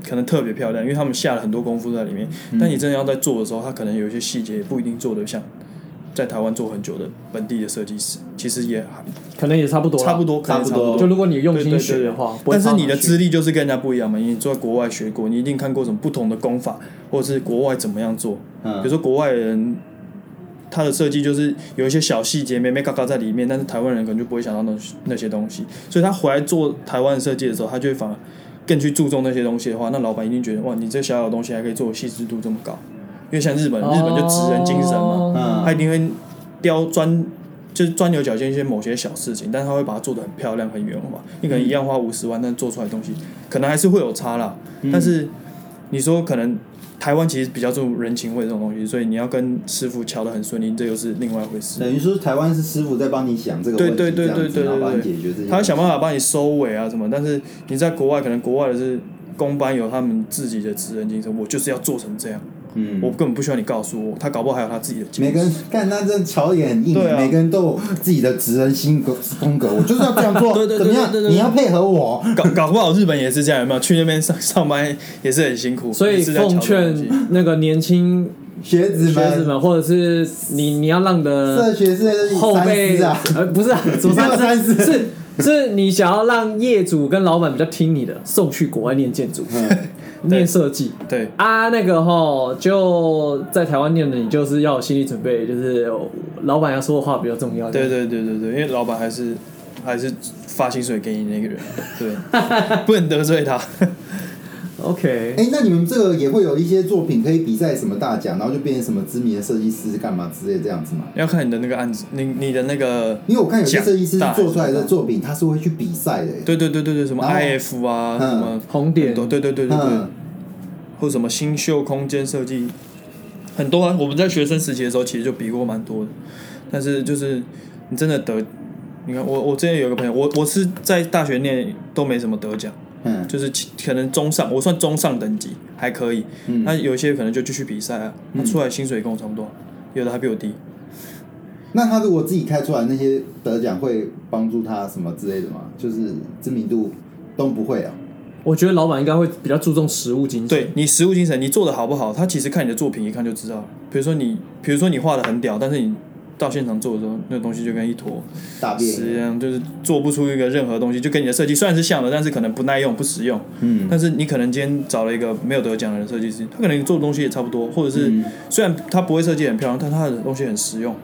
Speaker 4: 可能特别漂亮，因为他们下了很多功夫在里面。
Speaker 3: 嗯
Speaker 4: 但你真的要在做的时候，他可能有一些细节也不一定做得像在台湾做很久的本地的设计师，其实也还
Speaker 3: 可能也差不多啦，
Speaker 4: 差不多，可能
Speaker 2: 差不
Speaker 4: 差不
Speaker 2: 多
Speaker 4: 多。
Speaker 3: 就如果你用
Speaker 4: 对对
Speaker 3: 心
Speaker 4: 对
Speaker 3: 学的话，不会
Speaker 4: 但是
Speaker 3: 差
Speaker 4: 你
Speaker 3: 哪
Speaker 4: 的
Speaker 3: 去
Speaker 4: 资历就是跟人家不一样嘛，因为你在国外学过，你一定看过什么不同的功法，或者是国外怎么样做。比
Speaker 2: 嗯
Speaker 4: 如说国外人，他的设计就是有一些小细节、咩咩嘎嘎在里面，但是台湾人可能就不会想到那那些东西，所以他回来做台湾设计的时候，他就会反而更去注重那些东西的话，那老板一定觉得哇，你这小小的东西还可以做得细致度这么高，因为像日本，日本就职人精神
Speaker 3: 哦
Speaker 4: 嘛，
Speaker 2: 嗯
Speaker 4: 他一定会雕钻，就是钻牛角尖一些某些小事情，但是他会把它做的很漂亮、很圆滑。你可能一样花五十万，但做出来的东西可能还是会有差啦。
Speaker 2: 嗯
Speaker 4: 但是你说可能台湾其实比较重人情味这种东西，所以你要跟师傅瞧得很顺利，这又是另外一回事。
Speaker 2: 等于说台湾是师傅在帮你想这个问题，
Speaker 4: 对对对
Speaker 2: 这样子
Speaker 4: 对对
Speaker 2: 然后帮你
Speaker 4: 对
Speaker 2: 解决这些问题。
Speaker 4: 他会想办法帮你收尾啊什么，但是你在国外可能国外的是公班有他们自己的职人精神，我就是要做成这样，
Speaker 2: 嗯
Speaker 4: 我根本不需要你告诉我，他搞不好还有他自己的精
Speaker 2: 每
Speaker 4: 神。
Speaker 2: 个人看他这桥也很硬，
Speaker 4: 对啊
Speaker 2: 每个人都有自己的职人性格风格，我就是要这样 做，
Speaker 3: 对对对
Speaker 2: 怎么样？
Speaker 3: 对对对对
Speaker 2: 你要配合我。
Speaker 4: 搞搞不好日本也是这样，有没有？去那边上上班也是很辛苦，
Speaker 3: 所以
Speaker 4: 也是在瞧
Speaker 3: 奉
Speaker 4: 这种东西
Speaker 3: 劝那个年轻
Speaker 2: 学子
Speaker 3: 学子
Speaker 2: 们，
Speaker 3: 们，或者是你你要让
Speaker 2: 社
Speaker 3: 的
Speaker 2: 学是在这里
Speaker 3: 后
Speaker 2: 三
Speaker 3: 辈
Speaker 2: 思啊，
Speaker 3: 呃不是 啊，什么
Speaker 2: 你要
Speaker 3: 三
Speaker 2: 三思
Speaker 3: 思是是你想要让业主跟老板比较听你的，送去国外念建筑、
Speaker 2: 嗯
Speaker 3: 念设计。
Speaker 4: 对
Speaker 3: 啊，那个吼，就在台湾念的，你就是要有心理准备，就是老板要说的话比较重要。
Speaker 4: 对对对对对，因为老板还是还是发薪水给你那个 人，对，不能得罪他。
Speaker 3: ，OK，
Speaker 2: 哎、那你们这个也会有一些作品可以比赛什么大奖，然后就变成什么知名的设计师干嘛之类这样子嘛？
Speaker 4: 要看你的那个案子，你你的那个，
Speaker 2: 因为我看有些设计师
Speaker 4: 奖大还是
Speaker 2: 做出来的
Speaker 4: 大
Speaker 2: 作品，他是会去比赛的、
Speaker 4: 对对对对对，
Speaker 3: 哦
Speaker 4: 什么
Speaker 2: 然后
Speaker 4: IF 啊，
Speaker 2: 嗯
Speaker 4: 什么
Speaker 3: 红点
Speaker 4: 很多，对对对对对，
Speaker 2: 嗯，
Speaker 4: 或什么新秀空间设计，很多啊。我们在学生时期的时候，其实就比过蛮多的。但是就是你真的得，你看我我之前有一个朋友，我我是在大学念都没什么得奖，
Speaker 2: 嗯
Speaker 4: 就是其可能中上，我算中上等级还可以。
Speaker 2: 嗯
Speaker 4: 那有些可能就继续比赛啊，他出来薪水跟我差不多，啊有的还比我低。
Speaker 2: 那他如果自己开出来那些得奖会帮助他什么之类的吗？就是知名度都不会啊。
Speaker 3: 我觉得老板应该会比较注重实物精神。
Speaker 4: 对你实务精神，你做的好不好，他其实看你的作品一看就知道了。比如说你，比如说你画的很屌，但是你到现场做的时候，那东西就跟一坨
Speaker 2: 大便
Speaker 4: 实际上就是做不出一个任何东西，就跟你的设计虽然是像的，但是可能不耐用、不实用。
Speaker 2: 嗯，
Speaker 4: 但是你可能今天找了一个没有得奖的设计师，他可能做的东西也差不多，或者是、
Speaker 2: 嗯
Speaker 4: 虽然他不会设计很漂亮，但他的东西很实用，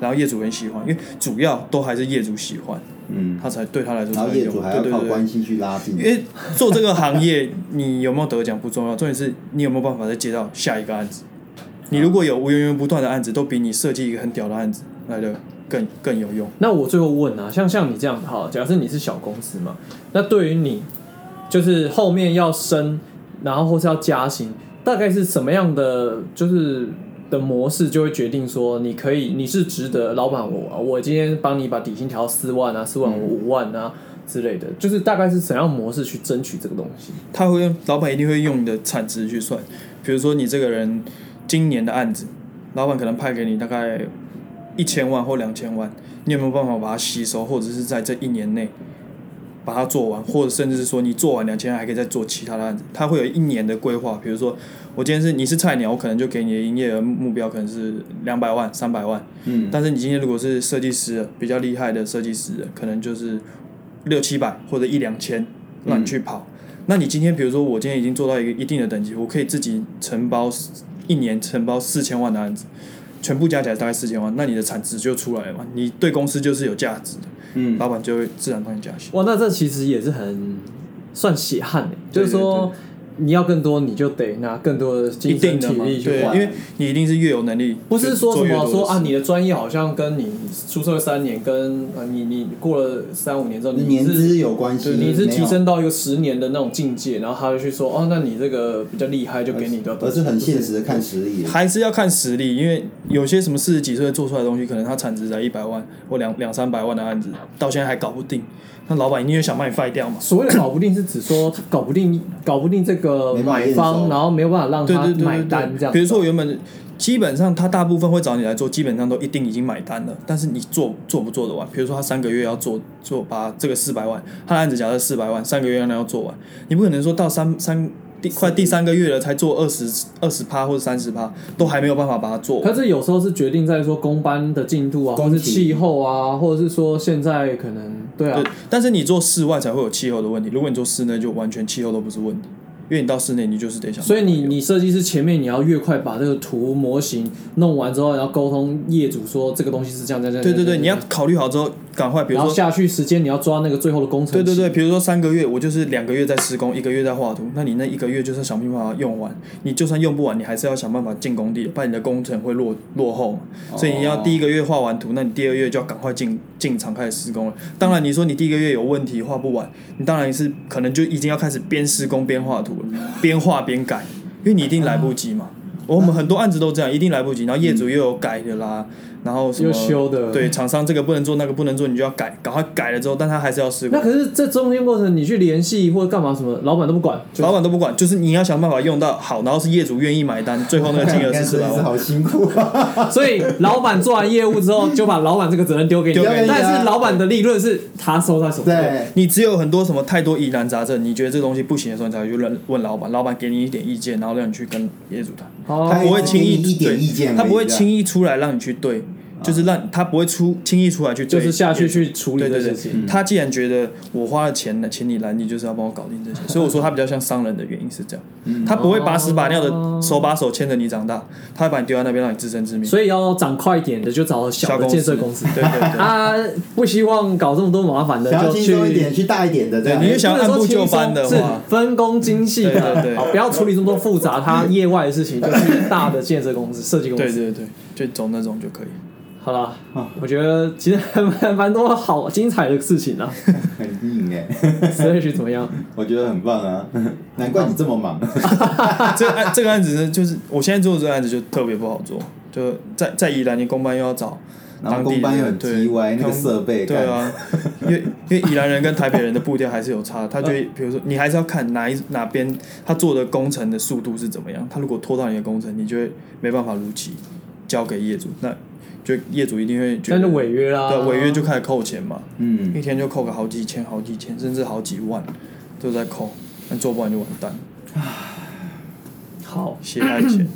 Speaker 4: 然后业主很喜欢，因为主要都还是业主喜欢，
Speaker 2: 嗯，
Speaker 4: 他才对他来说才
Speaker 2: 然后
Speaker 4: 会
Speaker 2: 业
Speaker 4: 用
Speaker 2: 主还要
Speaker 4: 对
Speaker 2: 靠
Speaker 4: 对对
Speaker 2: 关系去拉近。
Speaker 4: 因为做这个行业，你有没有得奖不重要，重点是你有没有办法再接到下一个案子。你如果有源源不断的案子，都比你设计一个很屌的案子来的更更有用。
Speaker 3: 那我最后问啊，像像你这样，好，假设你是小公司嘛，那对于你就是后面要升，然后或是要加薪，大概是什么样的就是的模式，就会决定说你可以你是值得老板我我今天帮你把底薪调到四万啊，四万
Speaker 4: 嗯
Speaker 3: 五五万啊之类的，就是大概是怎样模式去争取这个东西？
Speaker 4: 他会用老板一定会用你的产值去算，比如说你这个人今年的案子，老板可能派给你大概一千万或两千万，你有没有办法把它吸收，或者是在这一年内把它做完，或者甚至是说你做完两千万还可以再做其他的案子，他会有一年的规划，比如说我今天是你是菜鸟，我可能就给你的营业额目标可能是两百万、三百万，
Speaker 2: 嗯
Speaker 4: 但是你今天如果是设计师，比较厉害的设计师，可能就是六七百或者一两千，让你去跑。
Speaker 3: 嗯
Speaker 4: 那你今天比如说，我今天已经做到一个一定的等级，我可以自己承包一年承包四千万的案子，全部加起来大概四千万，那你的产值就出来了嘛，你对公司就是有价值的，
Speaker 2: 嗯
Speaker 4: 老板就会自然帮你加薪。
Speaker 3: 哇，那这其实也是很算血汗的、
Speaker 4: 对
Speaker 3: 就是
Speaker 4: 对
Speaker 3: 说
Speaker 4: 对
Speaker 3: 你要更多，你就得拿更多的
Speaker 4: 一
Speaker 3: 精
Speaker 4: 定
Speaker 3: 神
Speaker 4: 的
Speaker 3: 体
Speaker 4: 嘛，
Speaker 3: 力去
Speaker 4: 对，
Speaker 3: 换
Speaker 4: 因为你一定是越有能力，
Speaker 3: 不是说
Speaker 4: 就做
Speaker 3: 什
Speaker 4: 越
Speaker 3: 么
Speaker 4: 多
Speaker 3: 说啊，
Speaker 4: 的事
Speaker 3: 你的专业好像跟你出社会三年，跟呃你你过了三五年之后，你
Speaker 2: 年资
Speaker 3: 是
Speaker 2: 有关系，
Speaker 3: 你是
Speaker 2: 没有
Speaker 3: 提升到一个十年的那种境界，然后他就去说哦，那你这个比较厉害，就给你的，
Speaker 2: 而是很现实的看实力。
Speaker 4: 还是要看实力，因为有些什么四十几岁做出来的东西，可能它产值才一百万或两两三百万的案子，到现在还搞不定，那老板一定会想把你废掉嘛。
Speaker 3: 所谓的搞不定是指说搞不定搞不定这个
Speaker 2: 没办法
Speaker 3: 买
Speaker 2: 验收
Speaker 3: 方，然后没有办法让
Speaker 4: 对
Speaker 3: 他
Speaker 4: 对对
Speaker 3: 买
Speaker 4: 对
Speaker 3: 单这
Speaker 4: 对，
Speaker 3: 样。
Speaker 4: 比如说我原本基本上他大部分会找你来做，基本上都一定已经买单了，但是你做做不做得完？比如说他三个月要做做把这个四百万，他的案子假设四百万，三个月让他要做完，你不可能说到三三第快第三个月了才做二十二十趴或者三十趴，都还没有办法把它做完。
Speaker 3: 可是有时候是决定在说工班的进度啊，
Speaker 2: 工
Speaker 3: 或是
Speaker 2: 期
Speaker 3: 气候啊，或者是说现在可能对啊
Speaker 4: 对，，但是你做室外才会有气候的问题，如果你做室内，就完全气候都不是问题。因为你到室内你就是得想办法
Speaker 3: 所
Speaker 4: 有，
Speaker 3: 以你你设计师前面你要越快把这个图模型弄完之后，然后沟通业主说这个东西是这样这样这样。
Speaker 4: 对对
Speaker 3: 这
Speaker 4: 对，
Speaker 3: 样
Speaker 4: 你要考虑好之后赶快，比如
Speaker 3: 然后
Speaker 4: 说
Speaker 3: 下去时间你要抓那个最后的工程。
Speaker 4: 对对对，，比如说三个月，我就是两个月在施工，一个月在画图，那你那一个月就是想办法用完，你就算用不完，你还是要想办法进工地，不然你的工程会落落后嘛。
Speaker 2: 哦
Speaker 4: 所以你要第一个月画完图，那你第二月就要赶快进进场开始施工了。当然，你说你第一个月有问题画不完，你当然是可能就已经要开始边施工边画图了，边画边改，因为你一定来不及嘛。我们很多案子都这样，一定来不及，然后业主又有改的啦，然后什么
Speaker 3: 又修的
Speaker 4: 对厂商这个不能做，那个不能做，你就要改，赶快改了之后，但他还是要施工
Speaker 3: 那。可是这中间过程你去联系或者干嘛什么，老板都不管。就
Speaker 4: 老板都不管，就是你要想办法用到好，然后是业主愿意买单，最后那个金额是四
Speaker 2: 真
Speaker 4: 百
Speaker 2: 的是
Speaker 4: 万。
Speaker 2: 好辛苦啊！
Speaker 3: 所以老板做完业务之后，就把老板这个责任丢给你
Speaker 4: 丢给
Speaker 2: 你啊
Speaker 3: 但是老板的利润是他收在手上。
Speaker 2: 对，
Speaker 4: 你只有很多什么太多疑难杂症，你觉得这东西不行的时候，你才会去问问老板，老板给你一点意见，然后让你去跟业主谈。
Speaker 3: 哦，
Speaker 2: 他
Speaker 4: 不会轻易
Speaker 2: 给你一点意见而已啊
Speaker 4: 对他不会
Speaker 2: 这样
Speaker 4: 轻易出来让你去对，就是让他不会出轻易出来去
Speaker 3: 就
Speaker 4: 对，
Speaker 3: 是下去去处理
Speaker 4: 对
Speaker 3: 这
Speaker 4: 对
Speaker 3: 事
Speaker 4: 对
Speaker 3: 情。，
Speaker 4: 他既然觉得我花了钱了，请你来，你就是要帮我搞定这
Speaker 3: 嗯
Speaker 4: 些。所以我说他比较像商人的原因是这
Speaker 2: 嗯
Speaker 4: 样，他不会把屎把尿的手把手牵着你长大，他会把你丢在那边让你自生自灭。
Speaker 3: 所以要涨快一点的，就找小的建设公司。
Speaker 4: 对对 对。
Speaker 3: 啊，不希望搞这么多麻烦的，
Speaker 2: 想要
Speaker 3: 就
Speaker 2: 轻
Speaker 3: 去。
Speaker 2: 松一点，去大一点的这样
Speaker 3: 哎
Speaker 4: 对。你就想
Speaker 3: 不能说
Speaker 4: 按部就班的
Speaker 3: 轻松是
Speaker 4: 话
Speaker 3: 分工精细
Speaker 4: 对
Speaker 3: 的，
Speaker 4: 对对
Speaker 3: 好，不要处理这么多复杂它业外的事情，就是大的建设公司、设计公
Speaker 4: 对
Speaker 3: 司。
Speaker 4: 对对，就走那种就可以。
Speaker 3: 好了，我觉得其实还蛮蛮多好精彩的事情啊。
Speaker 2: 很硬哎、
Speaker 3: Slash 怎么样？
Speaker 2: 我觉得很棒啊，难怪你这么忙。
Speaker 4: 这个案这个案子呢，就是我现在做的这个案子就特别不好做，就在在宜兰，你公班又要找
Speaker 2: 然后
Speaker 4: 当地
Speaker 2: 公班又很
Speaker 4: 人对
Speaker 2: TY 那个
Speaker 4: 他们
Speaker 2: 设备
Speaker 4: 对啊，因为因为宜兰人跟台北人的步调还是有差，他觉得比如说你还是要看哪一哪边他做的工程的速度是怎么样，他如果拖到你的工程，你就会没办法如期交给业主，那就业主一定会觉
Speaker 3: 那
Speaker 4: 得
Speaker 3: 就违约啊啦，
Speaker 4: 对啊违约就开始扣钱嘛，
Speaker 2: 嗯，
Speaker 4: 一天就扣个好几千、好几千，甚至好几万，都在扣，那做不完就完蛋，
Speaker 3: 好。
Speaker 4: 血 汗钱。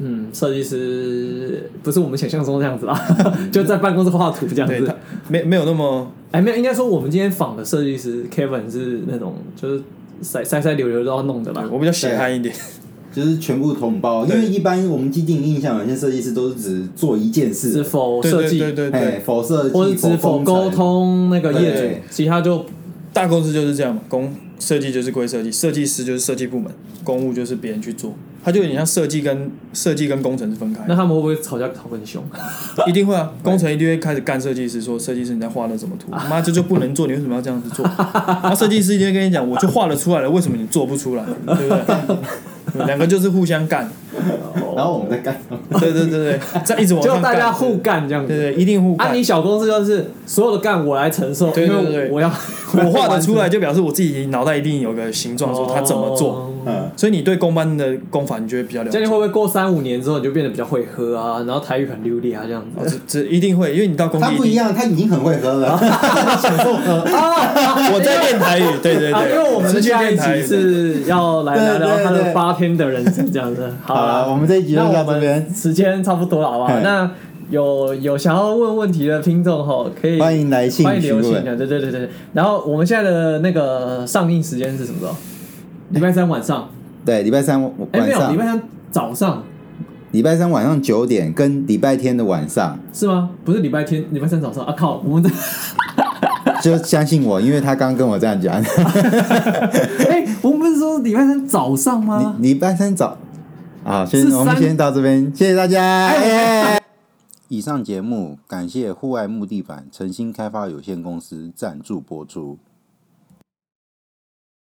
Speaker 3: 嗯，设计师不是我们想象中那样子啦， 就在办公室画图这样
Speaker 4: 对
Speaker 3: 子
Speaker 4: 他。没没有那么
Speaker 3: 哎，没有，应该说我们今天访的设计师 Kevin 是那种就是塞塞塞流流都要弄的啦。
Speaker 4: 我比较
Speaker 3: 啊
Speaker 4: 血汗一点，
Speaker 2: 就是全部统包，因
Speaker 4: 对
Speaker 2: 为一般我们既定印象，有些设计师都是只做一件事，
Speaker 3: 是否
Speaker 4: 对
Speaker 3: 设
Speaker 4: 对
Speaker 3: 计，
Speaker 4: 对对
Speaker 2: 哎，
Speaker 4: 对，
Speaker 2: 否设计，
Speaker 3: 或者只否
Speaker 2: 工
Speaker 3: 沟
Speaker 2: 程，
Speaker 3: 通那个业主
Speaker 2: 对，
Speaker 3: 其他就
Speaker 4: 大公司就是这样嘛，公设计就是归设计，设计师就是设计部门，公务就是别人去做，他就有点像设计跟设计跟工程是分开
Speaker 3: 那
Speaker 4: 的，
Speaker 3: 他们会不会吵架吵更凶？
Speaker 4: 一定会啊，工程一定会开始干设计师说，设计师你在画那什么图，妈这就不能做，你为什么要这样子做？然后设计师一定会跟你讲，我就画了出来了，为什么你做不出来？对不对？两个就是互相干，
Speaker 2: 然后我们在干什么？
Speaker 4: 对对对对，再一直往
Speaker 3: 就
Speaker 4: 上
Speaker 3: 大
Speaker 4: 干
Speaker 3: 家互干这样
Speaker 4: 对
Speaker 3: 子。
Speaker 4: 对，一定互
Speaker 3: 啊，
Speaker 4: 干。
Speaker 3: 你小公司就是所有的干我来承受，
Speaker 4: 对对
Speaker 3: 因
Speaker 4: 对
Speaker 3: 为
Speaker 4: 对
Speaker 3: 我要
Speaker 4: 我画的出来，就表示我自己脑袋一定有个形状，说它怎么做。
Speaker 3: 哦
Speaker 2: 嗯，
Speaker 4: 所以你对公班的功法，你就会比较了解
Speaker 3: 这样你。会不会过三五年之后你就变得比较会喝啊，然后台语很流利啊这样
Speaker 4: 哦
Speaker 3: 子？
Speaker 4: 这这一定会，因为你到工
Speaker 2: 他
Speaker 4: 地
Speaker 2: 不一
Speaker 4: 定。
Speaker 2: 样，他已经很会喝 了。
Speaker 4: 我在练台语，对对
Speaker 3: 啊，
Speaker 4: 对，
Speaker 3: 因为我们
Speaker 4: 直接
Speaker 3: 下一
Speaker 4: 练台
Speaker 3: 集
Speaker 4: 语。
Speaker 3: 是要来聊聊他
Speaker 2: 对
Speaker 3: 的
Speaker 2: 对对
Speaker 3: 八天的人生这 样子。
Speaker 2: 好
Speaker 3: 啦
Speaker 4: 啊
Speaker 2: 了，我们这一集就
Speaker 3: 那
Speaker 2: 到
Speaker 3: 我
Speaker 2: 这
Speaker 3: 们
Speaker 2: 边，
Speaker 3: 时间差不多了，好不好？
Speaker 2: 嘿
Speaker 3: 那有有想要问问题的听众吼，可以
Speaker 2: 欢迎来信
Speaker 3: 欢迎留
Speaker 2: 询
Speaker 3: 信
Speaker 2: 问
Speaker 3: 的，对对对对。然后我们现在的那个上映时间是什么时候？礼拜三晚上，
Speaker 2: 对，礼拜三
Speaker 3: 哎，
Speaker 2: 哎晚
Speaker 3: 没有，礼拜
Speaker 2: 上，
Speaker 3: 三早上
Speaker 2: 礼拜三晚上九点跟礼拜天的晚上，
Speaker 3: 是吗？不是礼拜天，礼拜三早上啊！靠，我们的
Speaker 2: 就相信我，因为他刚跟我这样讲。
Speaker 3: 哎，我们不是说礼拜三早上吗？
Speaker 2: 礼礼拜三早，啊，先
Speaker 3: 是
Speaker 2: 我们
Speaker 3: 三哎
Speaker 2: 先到这边，谢谢大家。耶以上节目感谢户外木地板诚心开发有限公司赞助播出。